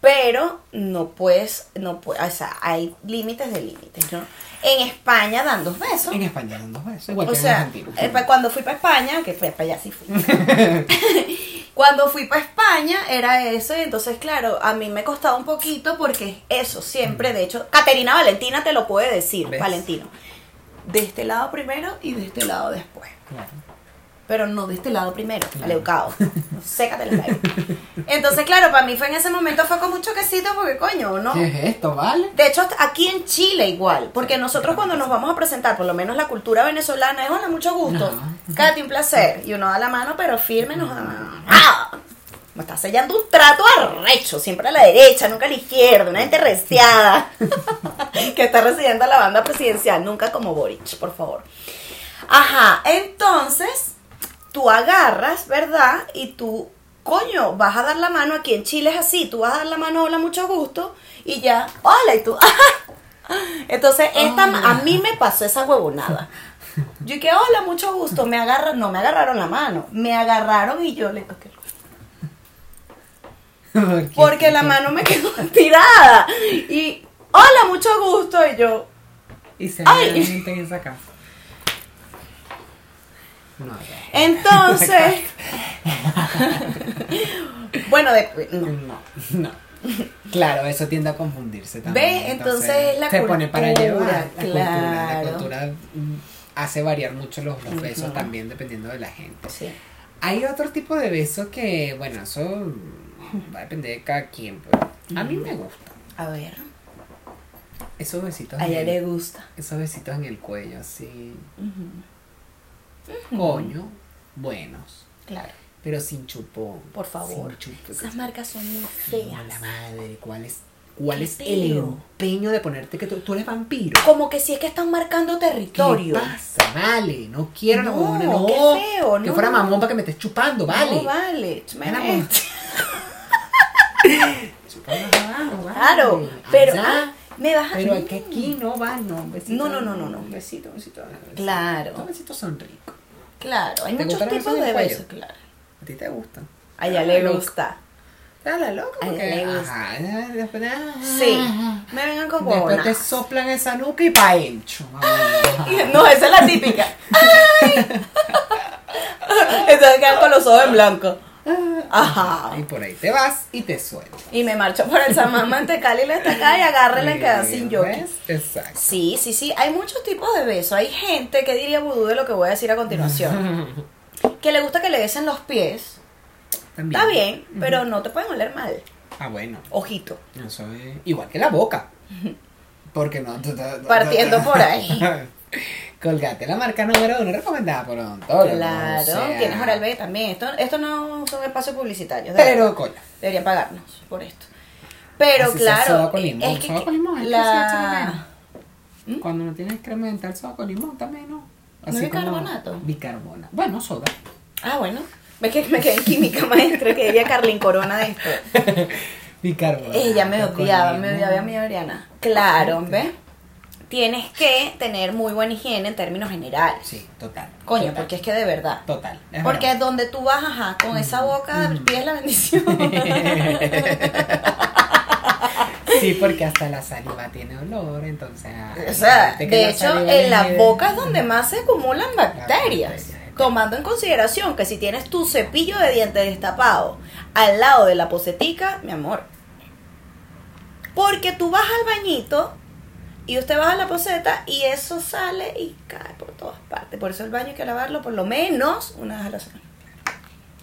Speaker 3: Pero no puedes, no puedes, o sea, hay límites de límites, ¿no? En España dan dos besos.
Speaker 2: En España dan dos besos, igual
Speaker 3: O
Speaker 2: que en
Speaker 3: sea,
Speaker 2: Argentina.
Speaker 3: eh, pa- cuando fui para España, que fue para allá sí fui. cuando fui para España era eso, y entonces, claro, a mí me costaba un poquito porque eso siempre, de hecho, Caterina Valentina te lo puede decir,
Speaker 2: Mm. ¿Ves?
Speaker 3: Valentino. De este lado primero y de este lado después.
Speaker 2: Claro.
Speaker 3: Pero no de este lado primero, aleucado. Sécate el cabello. Entonces, claro, para mí fue en ese momento fue con mucho quesito porque coño, ¿no?
Speaker 2: ¿Qué es esto, vale?
Speaker 3: De hecho, hasta aquí en Chile igual, porque nosotros cuando nos vamos a presentar, por lo menos la cultura venezolana, es hola, mucho gusto.
Speaker 2: No.
Speaker 3: Katy, un placer. Y uno da la mano, pero firme nos da- ¡Ah! Me está sellando un trato arrecho, siempre a la derecha, nunca a la izquierda, una gente resteada que está recibiendo la banda presidencial, nunca como Boric, por favor. Ajá, entonces tú agarras, ¿verdad? Y tú, coño, vas a dar la mano aquí en Chile es así, tú vas a dar la mano, hola, mucho gusto, y ya, hola, y tú, Entonces, esta, a mí me pasó esa huevonada. Yo dije, hola, mucho gusto, me agarran, no me agarraron la mano, me agarraron y yo le toqué.
Speaker 2: ¿Por qué?
Speaker 3: Porque la mano me quedó tirada. Y, hola, mucho gusto, y yo,
Speaker 2: Y se
Speaker 3: ¡Ay!
Speaker 2: me gente en esa casa. No, ya.
Speaker 3: Entonces, bueno, de, no.
Speaker 2: No, no. Claro, eso tiende a confundirse también.
Speaker 3: ¿Ves? Entonces, la
Speaker 2: se pone para
Speaker 3: cultura,
Speaker 2: llevar. La cultura,
Speaker 3: claro.
Speaker 2: la cultura mm, hace variar mucho los, los besos también dependiendo de la gente.
Speaker 3: Sí.
Speaker 2: Hay otro tipo de besos que, bueno, eso mm, va a depender de cada quien. Pero a mí me gusta.
Speaker 3: A ver,
Speaker 2: Esos besitos.
Speaker 3: a ella
Speaker 2: en-
Speaker 3: le gusta.
Speaker 2: Esos besitos en el cuello, así. Coño, buenos.
Speaker 3: Claro.
Speaker 2: Pero sin chupón.
Speaker 3: Por favor.
Speaker 2: Sin chupón.
Speaker 3: Esas marcas son muy
Speaker 2: No, la
Speaker 3: feas.
Speaker 2: madre, ¿cuál es, cuál
Speaker 3: Qué
Speaker 2: es el
Speaker 3: feo.
Speaker 2: empeño de ponerte que tú, tú eres vampiro?
Speaker 3: Como que si es que están marcando
Speaker 2: ¿Qué
Speaker 3: territorio.
Speaker 2: pasa? Vale, no quiero
Speaker 3: No,
Speaker 2: no, huevona, no.
Speaker 3: qué feo,
Speaker 2: Que
Speaker 3: no.
Speaker 2: fuera mamón para que me estés chupando, vale.
Speaker 3: No vale. Mira,
Speaker 2: Vale.
Speaker 3: este.
Speaker 2: Chupando abajo, vale.
Speaker 3: Claro, pero
Speaker 2: Allá.
Speaker 3: ah, me vas a-
Speaker 2: pero es que aquí no va, no, un
Speaker 3: No,
Speaker 2: besito.
Speaker 3: no, no, no, no.
Speaker 2: Un besito, un besito. un besito.
Speaker 3: Claro.
Speaker 2: Los besitos son ricos.
Speaker 3: Claro, hay
Speaker 2: ¿Te
Speaker 3: muchos
Speaker 2: gustan los
Speaker 3: tipos
Speaker 2: besos en
Speaker 3: de
Speaker 2: el cuello?
Speaker 3: besos, claro.
Speaker 2: ¿A ti te gustan?
Speaker 3: A ella
Speaker 2: Ah,
Speaker 3: le
Speaker 2: loco.
Speaker 3: gusta.
Speaker 2: Está la loca
Speaker 3: A ella
Speaker 2: porque-
Speaker 3: le gusta.
Speaker 2: Ajá, después- ah,
Speaker 3: Sí. Me vengan con
Speaker 2: Después te
Speaker 3: huevonas.
Speaker 2: soplan esa nuca y pa' encho. mamá.
Speaker 3: No, esa es la típica. ¡Ay! Entonces quedan con los ojos en blanco. Ajá.
Speaker 2: Y por ahí te vas y te sueltas.
Speaker 3: Y me marcho por el San Mamá Cali y la estacada y agarre la queda sin yo.
Speaker 2: ¿Ves? Exacto.
Speaker 3: Sí, sí, sí. Hay muchos tipos de besos. Hay gente que diría vudú de lo que voy a decir a continuación. que le gusta que le besen los pies.
Speaker 2: También.
Speaker 3: Está bien, pero no te pueden oler mal.
Speaker 2: Ah, bueno.
Speaker 3: Ojito.
Speaker 2: Eso es igual que la boca. Porque no. ta- ta- ta-
Speaker 3: Partiendo
Speaker 2: ta-
Speaker 3: por ahí.
Speaker 2: Colgate la marca número uno recomendada por odontólogo.
Speaker 3: claro.
Speaker 2: o sea,
Speaker 3: Tienes oral B también. Esto, esto no son espacios publicitarios. de verdad.
Speaker 2: Pero, coño.
Speaker 3: Deberían pagarnos por esto. Pero
Speaker 2: Así se
Speaker 3: claro, eh,
Speaker 2: soba con limón,
Speaker 3: es que,
Speaker 2: soba con limón, es que se echa de menos.
Speaker 3: la... ¿Mm?
Speaker 2: Cuando no tienes crema dental, soda con limón también, ¿no?
Speaker 3: ¿No es bicarbonato?
Speaker 2: Bicarbonato. Bueno, soda.
Speaker 3: Ah, bueno. Es que me quedé en química, maestra, que diría Carlin Corona de esto.
Speaker 2: Bicarbonato.
Speaker 3: Ella me
Speaker 2: con
Speaker 3: odiaba, me
Speaker 2: limón.
Speaker 3: odiaba a mi Adriana. Claro, ¿ves? Tienes que tener muy buena higiene en términos generales.
Speaker 2: Sí, total.
Speaker 3: Coño,
Speaker 2: total,
Speaker 3: porque es que de verdad.
Speaker 2: Total. es
Speaker 3: porque
Speaker 2: verdad. Mm,
Speaker 3: donde tú vas, ajá, con esa boca pides la bendición.
Speaker 2: Sí, porque hasta la saliva tiene olor, entonces.
Speaker 3: o sea,
Speaker 2: fíjate que
Speaker 3: de
Speaker 2: la
Speaker 3: hecho,
Speaker 2: saliva
Speaker 3: en la
Speaker 2: es-
Speaker 3: boca es donde más se acumulan
Speaker 2: bacterias,
Speaker 3: bacterias.
Speaker 2: correcto.
Speaker 3: Tomando en consideración que si tienes tu cepillo de dientes destapado al lado de la pocetica, mi amor. Porque tú vas al bañito y usted baja la poseta y eso sale y cae por todas partes. Por eso el baño hay que lavarlo por lo menos una vez a la semana.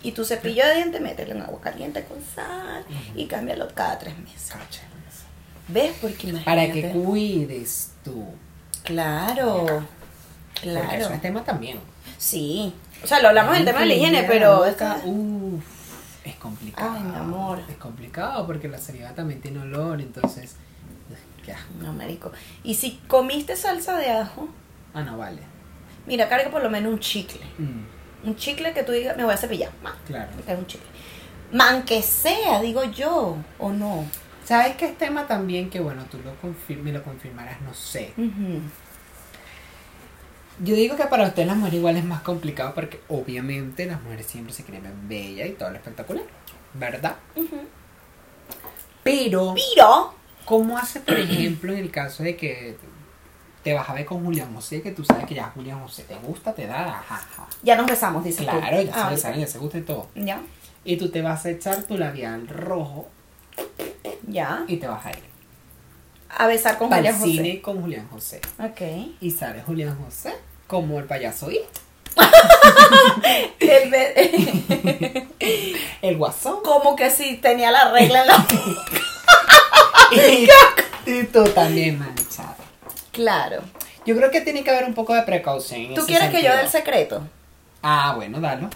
Speaker 3: Y tu cepillo de dientes, mételo en agua caliente con sal y cámbialo cada tres meses.
Speaker 2: Cacha.
Speaker 3: ¿Ves? Porque
Speaker 2: Para
Speaker 3: imagínate.
Speaker 2: que cuides tú.
Speaker 3: Claro,
Speaker 2: Porque eso
Speaker 3: claro.
Speaker 2: es tema también.
Speaker 3: Sí. O sea, lo hablamos del tema de la higiene,
Speaker 2: Limpiar la
Speaker 3: pero...
Speaker 2: boca, uf, es complicado.
Speaker 3: Ay, mi amor.
Speaker 2: Es complicado porque la saliva también tiene olor, entonces. Qué asco.
Speaker 3: No, marico. Y si comiste salsa de ajo,
Speaker 2: Ah, no, vale.
Speaker 3: mira, carga por lo menos un chicle.
Speaker 2: Mm,
Speaker 3: Un chicle que tú digas, me voy a cepillar. Man,
Speaker 2: claro.
Speaker 3: me cae un chicle. Man que sea, digo yo, o no.
Speaker 2: ¿Sabes qué es tema también que, bueno, tú lo confir- me lo confirmarás, no sé?
Speaker 3: Ujú.
Speaker 2: Yo digo que para usted las mujeres igual es más complicado porque obviamente las mujeres siempre se creen bella y todo lo espectacular, ¿verdad? Pero,
Speaker 3: Pero,
Speaker 2: ¿cómo hace, por ejemplo, en el caso de que te vas a ver con Julián José, que tú sabes que ya Julián José te gusta, te da, ajá, ajá.
Speaker 3: ya nos besamos, dice tú.
Speaker 2: Claro, ya
Speaker 3: Ah,
Speaker 2: se saben, ya se gusta y todo.
Speaker 3: Ya,
Speaker 2: Y tú te vas a echar tu labial rojo
Speaker 3: ya.
Speaker 2: y te vas a ir.
Speaker 3: A besar con
Speaker 2: Para
Speaker 3: Julia
Speaker 2: el cine
Speaker 3: José.
Speaker 2: con Julián José.
Speaker 3: Ok.
Speaker 2: Y sale Julián José como el payaso y
Speaker 3: El be-
Speaker 2: el guasón.
Speaker 3: Como que si tenía la regla en la...
Speaker 2: y, y tú también manchada.
Speaker 3: Claro.
Speaker 2: Yo creo que tiene que haber un poco de precaución. en
Speaker 3: ¿Tú
Speaker 2: ese
Speaker 3: quieres que yo
Speaker 2: sentido.
Speaker 3: dé el secreto?
Speaker 2: Ah, bueno, dalo.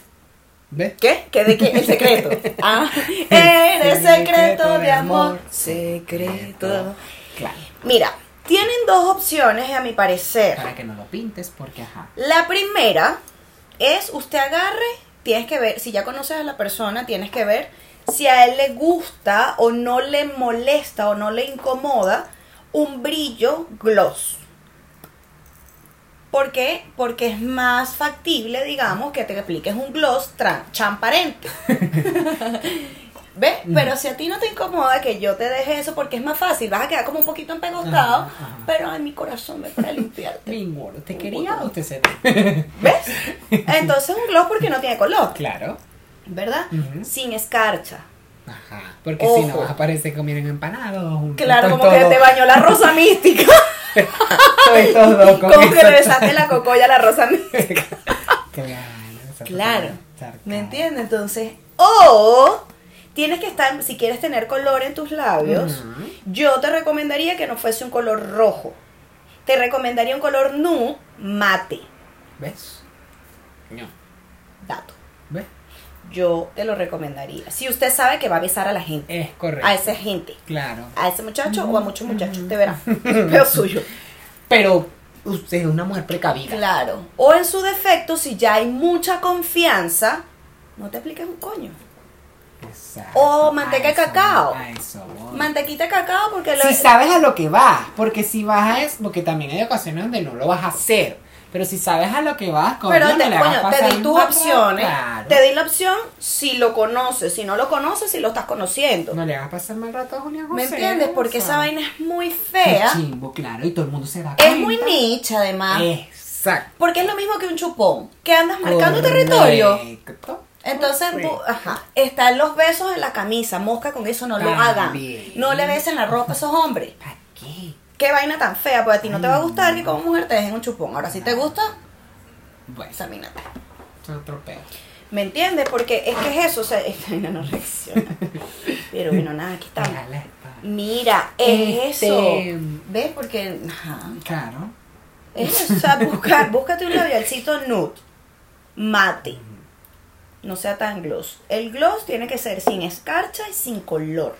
Speaker 2: ¿Ves?
Speaker 3: ¿Qué? ¿Qué de qué? El secreto. Ah, eres secreto de amor. Secreto.
Speaker 2: Claro.
Speaker 3: Mira, tienen dos opciones a mi parecer.
Speaker 2: Para que no lo pintes, porque ajá.
Speaker 3: La primera es usted agarre, tienes que ver, si ya conoces a la persona, tienes que ver si a él le gusta o no le molesta o no le incomoda un brillo gloss. ¿Por qué? Porque es más factible, digamos, que te apliques un gloss tran- transparente. ¿Ves? Pero si a ti no te incomoda que yo te deje eso porque es más fácil, vas a quedar como un poquito empegostado,
Speaker 2: Ajá, ajá.
Speaker 3: pero en mi corazón me para limpiarte.
Speaker 2: Mi amor, ¿te quería o te se
Speaker 3: ¿Ves? Entonces un gloss porque no tiene color,
Speaker 2: Claro.
Speaker 3: ¿verdad?
Speaker 2: Ujú.
Speaker 3: Sin escarcha.
Speaker 2: Ajá. Porque si no
Speaker 3: Ojo.
Speaker 2: vas a parecer comieron empanados. juntos,
Speaker 3: Claro,
Speaker 2: todo-
Speaker 3: como que
Speaker 2: todo-
Speaker 3: te bañó la rosa mística.
Speaker 2: todo y todo con
Speaker 3: como que
Speaker 2: eso.
Speaker 3: le besaste la cocoya a la rosa mística.
Speaker 2: Claro. esa
Speaker 3: Claro.
Speaker 2: parte
Speaker 3: ¿Me
Speaker 2: de
Speaker 3: entiendes? Entonces, o tienes que estar, si quieres tener color en tus labios,
Speaker 2: Ujú.
Speaker 3: yo te recomendaría que no fuese un color rojo. Te recomendaría un color nu mate.
Speaker 2: ¿Ves? No.
Speaker 3: Dato.
Speaker 2: ¿Ves?
Speaker 3: Yo te lo recomendaría. Si usted sabe que va a besar a la gente,
Speaker 2: Es correcto.
Speaker 3: a esa gente.
Speaker 2: Claro.
Speaker 3: a ese muchacho o a muchos muchachos, te verá. Pero suyo.
Speaker 2: Pero usted es una mujer precavida.
Speaker 3: Claro. O en su defecto, si ya hay mucha confianza, no te apliques un coño.
Speaker 2: Exacto.
Speaker 3: O manteca
Speaker 2: A eso
Speaker 3: de cacao.
Speaker 2: voy, a eso voy.
Speaker 3: Mantequita de cacao porque lo
Speaker 2: si sabes a lo que vas, porque si vas a es, porque también hay ocasiones donde no lo vas a hacer, pero si sabes a lo que vas, coño,
Speaker 3: Pero
Speaker 2: no
Speaker 3: te,
Speaker 2: le hagas
Speaker 3: coño, te
Speaker 2: pasar
Speaker 3: di tus
Speaker 2: mal,
Speaker 3: opciones.
Speaker 2: claro.
Speaker 3: Te di la opción si lo conoces, si no lo conoces, si lo estás conociendo.
Speaker 2: No le hagas pasar mal rato a Julián
Speaker 3: ¿Me
Speaker 2: José,
Speaker 3: entiendes?
Speaker 2: o
Speaker 3: Porque
Speaker 2: sea,
Speaker 3: esa vaina es muy
Speaker 2: qué
Speaker 3: fea.
Speaker 2: chimbo, claro, y todo el mundo se da
Speaker 3: Es
Speaker 2: cuenta.
Speaker 3: muy niche, además.
Speaker 2: Exacto.
Speaker 3: Porque es lo mismo que un chupón, que andas marcando territorio.
Speaker 2: Correcto. Pues,
Speaker 3: Entonces,
Speaker 2: Sí.
Speaker 3: bu- ajá, están los besos en la camisa, mosca con eso, no lo hagan.
Speaker 2: También.
Speaker 3: No le besen la ropa a esos hombres.
Speaker 2: ¿Para qué?
Speaker 3: Qué vaina tan fea, pues a ti no te va a gustar que como mujer te dejen un chupón. Ahora, si te gusta,
Speaker 2: Bueno,
Speaker 3: examínate.
Speaker 2: es otro pedo.
Speaker 3: ¿Me entiendes? Porque es que es eso, o sea, esta vaina no reacciona. Pero bueno, nada, aquí estamos.
Speaker 2: Pégale la espalda.
Speaker 3: Mira, es
Speaker 2: Este-
Speaker 3: eso. ¿Ves? Porque, ajá.
Speaker 2: Claro.
Speaker 3: Es eso, o sea, buscar, búscate un labialcito nude. Mate. No sea tan gloss. El gloss tiene que ser sin escarcha y sin color.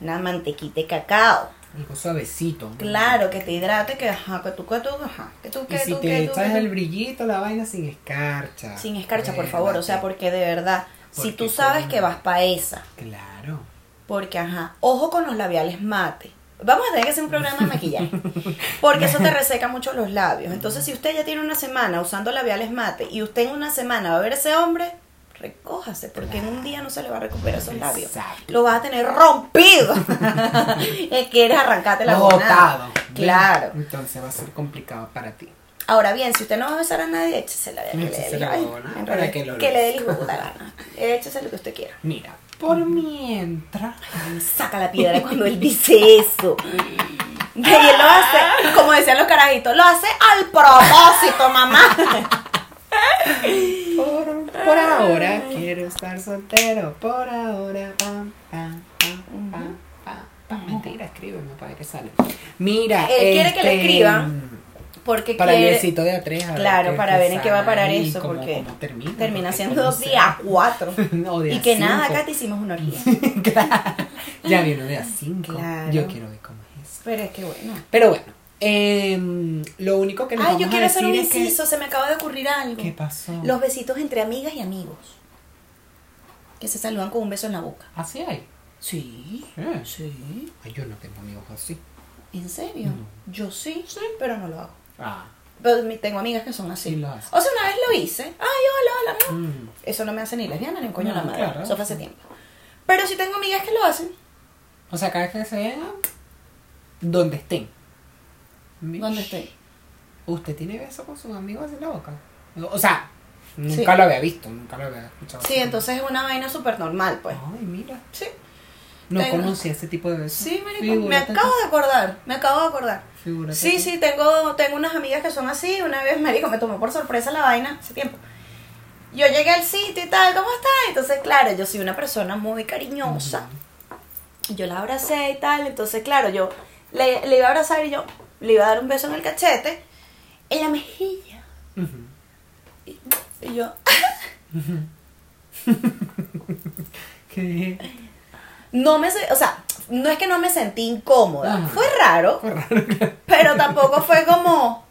Speaker 3: Una mantequita de cacao.
Speaker 2: Algo suavecito. ¿no?
Speaker 3: Claro, que te hidrate, que ajá, que tú, que tú, ajá, que tú, que
Speaker 2: Y si
Speaker 3: tú,
Speaker 2: te
Speaker 3: que tú, que
Speaker 2: echas
Speaker 3: tú.
Speaker 2: el brillito, la vaina sin escarcha.
Speaker 3: Sin escarcha, por favor, o sea,
Speaker 2: Acuérdate.
Speaker 3: porque de verdad, si
Speaker 2: Porque
Speaker 3: tú sabes
Speaker 2: con-
Speaker 3: que vas para esa,
Speaker 2: Claro.
Speaker 3: porque ajá, ojo con los labiales mate. Vamos a tener que hacer un programa de maquillaje, porque eso te reseca mucho los labios. Entonces, si usted ya tiene una semana usando labiales mate y usted en una semana va a ver ese hombre, recójase, porque en un día no se le va a recuperar esos labios.
Speaker 2: Exacto.
Speaker 3: Lo vas a tener rompido. y quieres arrancarte la
Speaker 2: Botado.
Speaker 3: bonada.
Speaker 2: ¿ves?
Speaker 3: Claro.
Speaker 2: Entonces va a ser complicado para ti.
Speaker 3: Ahora bien, si usted no va a besar a nadie, échese la que le dé
Speaker 2: Échese
Speaker 3: la
Speaker 2: la
Speaker 3: gana.
Speaker 2: huevona,
Speaker 3: En
Speaker 2: para
Speaker 3: realidad,
Speaker 2: que lo
Speaker 3: Que le dé
Speaker 2: luzca.
Speaker 3: la puta gana. Échese lo que usted quiera.
Speaker 2: Mira, por mientras.
Speaker 3: Saca la piedra cuando él dice eso. Y él lo hace, como decían los carajitos, lo hace al propósito, mamá.
Speaker 2: Por, por ahora quiero estar soltero. Por ahora. Pam, pam, pam, pam, pam, pam. Mentira, escríbeme para ver qué sale. Mira.
Speaker 3: Él Eh, quiere que le
Speaker 2: este,
Speaker 3: escriba Porque
Speaker 2: Para el
Speaker 3: quiere-
Speaker 2: besito de a tres. a
Speaker 3: Claro,
Speaker 2: qué-
Speaker 3: para ver en qué va a
Speaker 2: sale
Speaker 3: parar
Speaker 2: y
Speaker 3: eso,
Speaker 2: cómo-
Speaker 3: porque
Speaker 2: cómo termina,
Speaker 3: termina
Speaker 2: porque
Speaker 3: siendo
Speaker 2: cómo
Speaker 3: dos
Speaker 2: se-
Speaker 3: días cuatro.
Speaker 2: No, de
Speaker 3: Y
Speaker 2: a
Speaker 3: que nada,
Speaker 2: cinco.
Speaker 3: acá te hicimos una orgía.
Speaker 2: Claro. Ya vino de a cinco.
Speaker 3: Claro.
Speaker 2: Yo quiero ver cómo es eso.
Speaker 3: Pero es que bueno.
Speaker 2: Pero bueno, em, lo único que les
Speaker 3: Ay,
Speaker 2: vamos
Speaker 3: yo quiero
Speaker 2: a decir
Speaker 3: hacer un
Speaker 2: es que-
Speaker 3: inciso, se me acaba de ocurrir algo.
Speaker 2: ¿Qué pasó?
Speaker 3: Los besitos entre amigas y amigos. Que se saludan con un beso en la boca.
Speaker 2: Así hay.
Speaker 3: Sí.
Speaker 2: Eh,
Speaker 3: Sí.
Speaker 2: Ay, yo no tengo amigos así.
Speaker 3: ¿En serio? Yo sí, pero no lo hago.
Speaker 2: Ah.
Speaker 3: Pero mi- tengo amigas que son así.
Speaker 2: Sí lo hacen.
Speaker 3: O sea, una vez lo hice. Ay, hola, hola, amor.
Speaker 2: Mm.
Speaker 3: Eso no me hace ni lesbiana ni un coño
Speaker 2: No,
Speaker 3: a la madre.
Speaker 2: claro.
Speaker 3: Eso fue hace tiempo. Pero sí tengo amigas que lo hacen.
Speaker 2: O sea, cada vez que se vean, donde estén.
Speaker 3: ¿Dónde
Speaker 2: Mish.
Speaker 3: estoy?
Speaker 2: ¿Usted tiene beso con sus amigos en la boca? O sea, nunca
Speaker 3: Sí.
Speaker 2: lo había visto, nunca lo había escuchado.
Speaker 3: Sí, entonces es una vaina súper normal, pues.
Speaker 2: Ay, mira.
Speaker 3: Sí.
Speaker 2: No
Speaker 3: Tengo-
Speaker 2: conocía ese tipo de besos.
Speaker 3: Sí, marico, me
Speaker 2: Figúrate
Speaker 3: acabo
Speaker 2: tú.
Speaker 3: de acordar, me acabo de acordar.
Speaker 2: Figúrate
Speaker 3: Sí,
Speaker 2: tú.
Speaker 3: sí, tengo, tengo unas amigas que son así, una vez, marico, me tomó por sorpresa la vaina hace tiempo. Yo llegué al sitio y tal, ¿cómo estás? Entonces, claro, yo soy una persona muy cariñosa. Y Yo la abracé y tal, entonces, claro, yo le, le iba a abrazar y yo le iba a dar un beso en el cachete, en la mejilla.
Speaker 2: Ujú.
Speaker 3: Y, y yo,
Speaker 2: ¿Qué?
Speaker 3: no me, se- o sea, no es que no me sentí incómoda,
Speaker 2: Ajá.
Speaker 3: fue raro, pero tampoco fue como...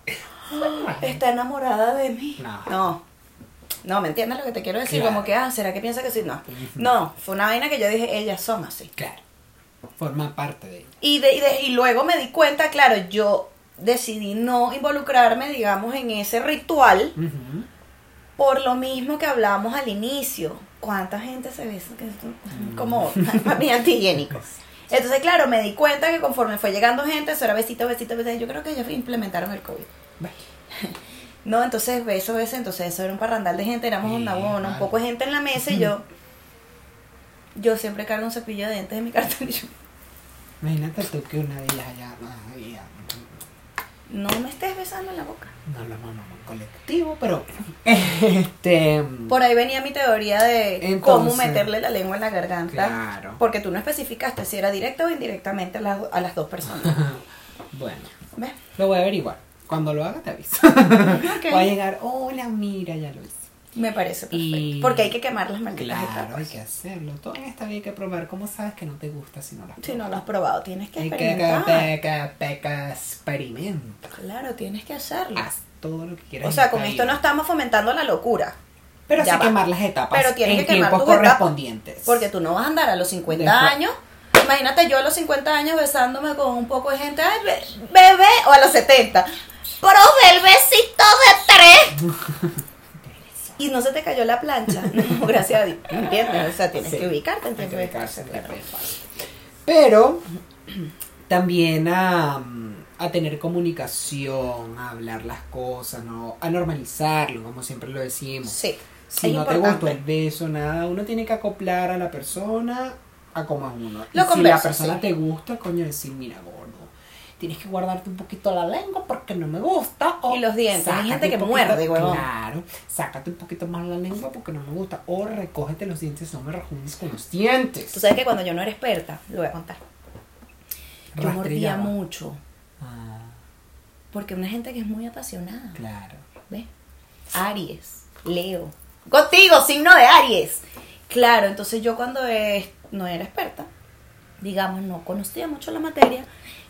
Speaker 3: está enamorada de mí.
Speaker 2: No.
Speaker 3: No, No, ¿me entiendes lo que te quiero decir?
Speaker 2: Claro.
Speaker 3: Como que, ah, ¿será que piensa que sí? No. No, fue una vaina que yo dije, ellas son así.
Speaker 2: Claro. Forma parte de ella.
Speaker 3: Y, de, y, de- y luego me di cuenta, claro, yo decidí no involucrarme, digamos, en ese ritual por lo mismo que hablamos al inicio. ¿Cuánta gente se besa? Que es como
Speaker 2: Mm.
Speaker 3: para mí antihigiénico. Entonces, claro, me di cuenta que conforme fue llegando gente, eso era besito, besito, besito. Yo creo que ellos implementaron el COVID.
Speaker 2: Bueno,
Speaker 3: No, entonces beso, beso, entonces eso era un parrandal de gente, éramos
Speaker 2: Sí,
Speaker 3: una bona, un
Speaker 2: vale.
Speaker 3: poco de gente en la mesa y yo, yo siempre cargo un cepillo de dientes en mi cartón y yo,
Speaker 2: Imagínate tú que una de ellas allá. ay, ya,
Speaker 3: no me estés besando en la boca.
Speaker 2: No hablamos no, colectivo, pero. Este.
Speaker 3: Por ahí venía mi teoría de cómo
Speaker 2: Entonces,
Speaker 3: meterle la lengua en la garganta,
Speaker 2: claro.
Speaker 3: porque tú no especificaste si era directa o indirectamente a las, a las dos personas.
Speaker 2: Bueno,
Speaker 3: ¿Ves?
Speaker 2: lo voy a averiguar. Cuando lo haga te aviso.
Speaker 3: Ok.
Speaker 2: Voy a llegar. Hola, mira, ya lo hice.
Speaker 3: Me parece perfecto,
Speaker 2: Y-
Speaker 3: porque hay que quemar las malditas
Speaker 2: Claro,
Speaker 3: etapas.
Speaker 2: hay que hacerlo. Todo en esta vida hay que probar. ¿Cómo sabes que no te gusta si no lo has
Speaker 3: Si no
Speaker 2: probado?
Speaker 3: lo has probado, tienes que
Speaker 2: Hay que
Speaker 3: experimentar.
Speaker 2: peca, peca, experimenta.
Speaker 3: Claro, tienes que hacerlo.
Speaker 2: Haz todo lo que quieras.
Speaker 3: O
Speaker 2: en
Speaker 3: sea,
Speaker 2: esta
Speaker 3: con esto
Speaker 2: vida.
Speaker 3: no estamos fomentando la locura.
Speaker 2: Pero
Speaker 3: Ya
Speaker 2: sí
Speaker 3: va.
Speaker 2: quemar las etapas
Speaker 3: Pero tienes
Speaker 2: en
Speaker 3: que quemar
Speaker 2: tiempos
Speaker 3: tus etapas,
Speaker 2: correspondientes.
Speaker 3: Porque tú no vas a andar a los 50
Speaker 2: Después.
Speaker 3: años. Imagínate yo a los 50 años besándome con un poco de gente. Ay, be- bebé. O a los 70. Profe, el besito de tres. y no se te cayó la plancha. No, gracias a Dios. ¿Entiendes? O sea, tienes
Speaker 2: Sí.
Speaker 3: que ubicarte. Tienes que
Speaker 2: Hay que
Speaker 3: ubicarse.
Speaker 2: ubicarse, claro. Pero también a, a tener comunicación, a hablar las cosas, ¿no? a normalizarlo, como siempre lo decimos.
Speaker 3: Sí.
Speaker 2: Si
Speaker 3: Es
Speaker 2: no te
Speaker 3: importante.
Speaker 2: gustó el beso, nada, uno tiene que acoplar a la persona a como es uno. Y
Speaker 3: Lo
Speaker 2: si
Speaker 3: conversa,
Speaker 2: la persona
Speaker 3: sí.
Speaker 2: te gusta, coño, decir, mira, gordo, tienes que guardarte un poquito la lengua porque no me gusta. O
Speaker 3: Y los dientes. Hay
Speaker 2: sácate
Speaker 3: gente
Speaker 2: un
Speaker 3: que
Speaker 2: poquito-
Speaker 3: muerde, huevón.
Speaker 2: Claro, sácate un poquito más la lengua porque no me gusta. O recógete los dientes, no me rejuntes con los dientes.
Speaker 3: Tú sabes que cuando yo no era experta, lo voy a contar. Yo mordía
Speaker 2: Rastrillaba.
Speaker 3: mucho.
Speaker 2: Ah,
Speaker 3: Porque una gente que es muy apasionada.
Speaker 2: claro.
Speaker 3: ¿Ves? Aries, Leo. Contigo, signo de Aries. Claro, entonces yo cuando eh, no era experta, digamos, no conocía mucho la materia,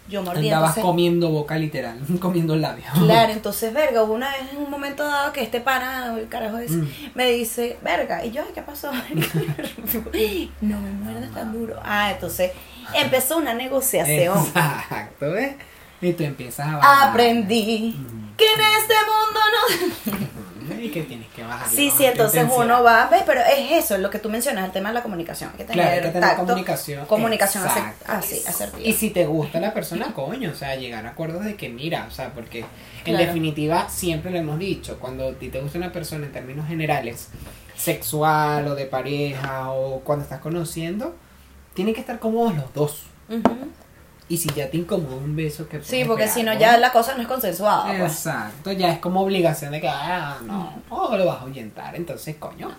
Speaker 3: yo mordía.
Speaker 2: Andabas
Speaker 3: entonces-
Speaker 2: comiendo boca literal, comiendo labios.
Speaker 3: Claro, entonces, verga, hubo una vez en un momento dado que este pana, el carajo ese,
Speaker 2: Mm.
Speaker 3: me dice, verga, y yo, "Ay, ¿qué pasó? no me muerdas tan duro. Ah, entonces empezó una negociación.
Speaker 2: Exacto, ¿eh? Y tú empiezas a bajar.
Speaker 3: Aprendí
Speaker 2: Ujú.
Speaker 3: que en este mundo no...
Speaker 2: Y que tienes que bajar.
Speaker 3: Sí, sí, entonces uno va, ¿ves? Pero es eso, lo que tú mencionas, el tema de la comunicación. Hay que tener,
Speaker 2: Claro, hay que tener
Speaker 3: tacto,
Speaker 2: comunicación.
Speaker 3: Comunicación ace-
Speaker 2: Exacto.
Speaker 3: así, asertiva.
Speaker 2: Y si te gusta la persona, coño, o sea, llegar a acuerdos de que mira, o sea, porque en
Speaker 3: Claro.
Speaker 2: definitiva siempre lo hemos dicho, cuando a ti te gusta una persona en términos generales, sexual o de pareja o cuando estás conociendo, tienen que estar cómodos los dos.
Speaker 3: Ujú.
Speaker 2: Y si ya te incomoda un beso que
Speaker 3: Sí,
Speaker 2: puedes
Speaker 3: porque
Speaker 2: pegar,
Speaker 3: si no
Speaker 2: ¿no?
Speaker 3: ya la cosa no es consensuada. pues.
Speaker 2: Exacto, ya es como obligación de que, ah, no,
Speaker 3: Mm.
Speaker 2: o lo vas a ahuyentar, entonces, coño,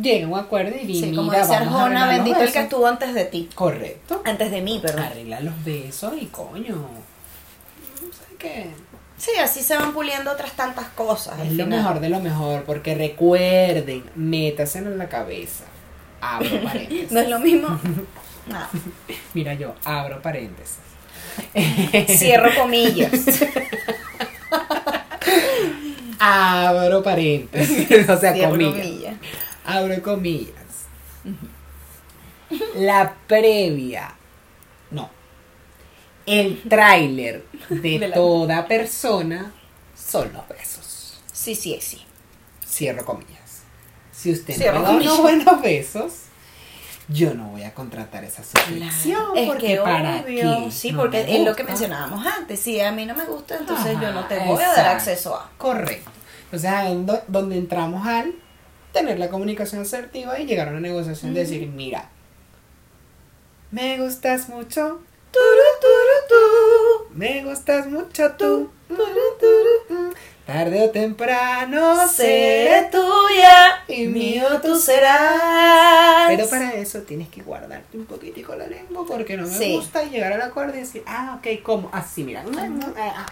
Speaker 2: llega un acuerdo
Speaker 3: Sí,
Speaker 2: y mira,
Speaker 3: como dice
Speaker 2: vamos a
Speaker 3: Arjona,
Speaker 2: arreglar los
Speaker 3: bendito el que
Speaker 2: besos.
Speaker 3: estuvo antes de ti.
Speaker 2: Correcto,
Speaker 3: Antes de mí, perdón.
Speaker 2: arregla los besos y coño, ¿sabes qué?
Speaker 3: Sí, así se van puliendo otras tantas cosas. al
Speaker 2: Es lo
Speaker 3: final.
Speaker 2: mejor de lo mejor, porque recuerden, métaselo en la cabeza, abro paréntesis.
Speaker 3: No es lo mismo. Nada.
Speaker 2: Mira yo, abro paréntesis.
Speaker 3: Cierro comillas.
Speaker 2: Abro paréntesis, o sea,
Speaker 3: Cierro
Speaker 2: comillas.
Speaker 3: comillas.
Speaker 2: abro comillas. La previa. No. El tráiler de,
Speaker 3: De la-
Speaker 2: toda persona son los besos.
Speaker 3: Sí, sí, sí.
Speaker 2: Cierro comillas. Si usted
Speaker 3: Cierro
Speaker 2: no me da unos
Speaker 3: comillas.
Speaker 2: buenos besos, yo no voy a contratar esa suscripción.
Speaker 3: Es
Speaker 2: porque
Speaker 3: que
Speaker 2: para
Speaker 3: obvio.
Speaker 2: qué,
Speaker 3: Sí,
Speaker 2: no
Speaker 3: porque
Speaker 2: me
Speaker 3: es lo
Speaker 2: gusta.
Speaker 3: que mencionábamos antes. Si a mí no me gusta, entonces yo no te
Speaker 2: Ajá,
Speaker 3: voy a dar
Speaker 2: exacto.
Speaker 3: acceso a.
Speaker 2: Correcto. Entonces, ahí es do- donde entramos al tener la comunicación asertiva y llegar a una negociación de decir, mira, me gustas mucho, turu, turu, tú, me gustas mucho tú, turu, turu, mm. tarde o temprano
Speaker 3: Seré
Speaker 2: seré tú.
Speaker 3: tuya
Speaker 2: y
Speaker 3: y
Speaker 2: mío
Speaker 3: mío tú serás.
Speaker 2: Pero para eso tienes que guardarte un poquitico la lengua porque no me
Speaker 3: Sí.
Speaker 2: gusta llegar al acuerdo y decir, ah, ok, ¿cómo? Así, mira, Ah,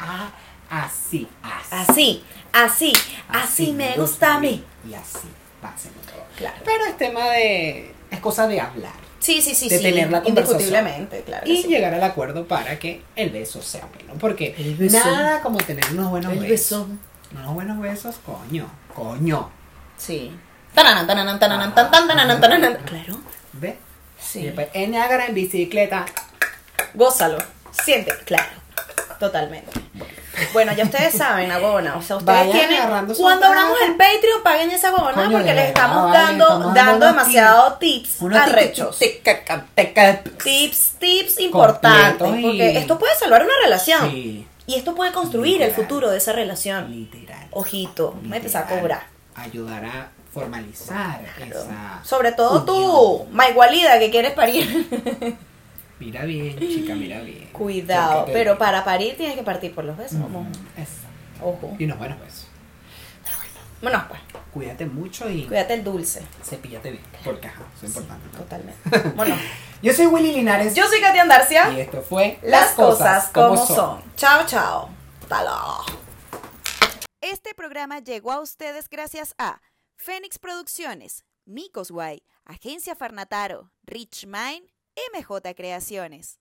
Speaker 2: ah, ah, así, así.
Speaker 3: Así, así, así, me gusta a mí.
Speaker 2: Y así, pásenlo todo.
Speaker 3: Claro.
Speaker 2: Pero es tema de. Es cosa de hablar.
Speaker 3: Sí, sí, sí,
Speaker 2: De
Speaker 3: sí.
Speaker 2: tener la conversación.
Speaker 3: Indiscutiblemente, claro. que
Speaker 2: Y
Speaker 3: sí.
Speaker 2: llegar al acuerdo para que el beso sea bueno. Porque
Speaker 3: El beso.
Speaker 2: nada como tener unos buenos
Speaker 3: El
Speaker 2: besos. Unos buenos besos, coño. Coño.
Speaker 3: Sí. Tananan, tananan, tananan, tan, tan, tananan, tananan. Claro.
Speaker 2: ¿Ves? Y
Speaker 3: Sí.
Speaker 2: después, en Niágara en bicicleta.
Speaker 3: Gózalo. Siente. Claro. Totalmente. Bueno, ya ustedes saben, Agona. O sea, ustedes
Speaker 2: Vayan
Speaker 3: tienen.
Speaker 2: agarrando su
Speaker 3: Cuando
Speaker 2: trabajo.
Speaker 3: abramos el Patreon, paguen esa Agona
Speaker 2: Coño,
Speaker 3: porque
Speaker 2: de
Speaker 3: les estamos
Speaker 2: verdad, vale,
Speaker 3: dando,
Speaker 2: estamos dando
Speaker 3: dando
Speaker 2: unos
Speaker 3: demasiado tips
Speaker 2: Unos
Speaker 3: arrechos.
Speaker 2: tica- tica- tica-
Speaker 3: Tips, tips importantes.
Speaker 2: Completos y-
Speaker 3: Porque esto puede salvar una relación.
Speaker 2: Sí.
Speaker 3: Y esto puede construir el
Speaker 2: Literal.
Speaker 3: futuro de esa relación.
Speaker 2: Literal.
Speaker 3: Ojito, metes a
Speaker 2: Literal.
Speaker 3: cobrar.
Speaker 2: Ayudar a formalizar esa.
Speaker 3: Sobre todo tú,
Speaker 2: unión.
Speaker 3: Maigualida, que quieres parir.
Speaker 2: Mira bien, chica, mira bien.
Speaker 3: Cuidado,
Speaker 2: Porque te-
Speaker 3: pero para parir tienes que partir por los besos.
Speaker 2: Ujú,
Speaker 3: ojo.
Speaker 2: exacto.
Speaker 3: Ojo.
Speaker 2: Y unos buenos besos.
Speaker 3: Bueno, pues,
Speaker 2: Cuídate mucho y
Speaker 3: cuídate el dulce.
Speaker 2: cepíllate bien. Porque ajá, eso es importante. ¿no?
Speaker 3: Totalmente. Bueno,
Speaker 2: Yo soy Willy Linares.
Speaker 3: yo soy Katia Andarcia.
Speaker 2: Y esto fue
Speaker 3: Las cosas como son. Chao, chao. Taló.
Speaker 1: Este programa llegó a ustedes gracias a Fénix Producciones, Micos Guay, Agencia Farnataro, Rich Mind, MJ Creaciones.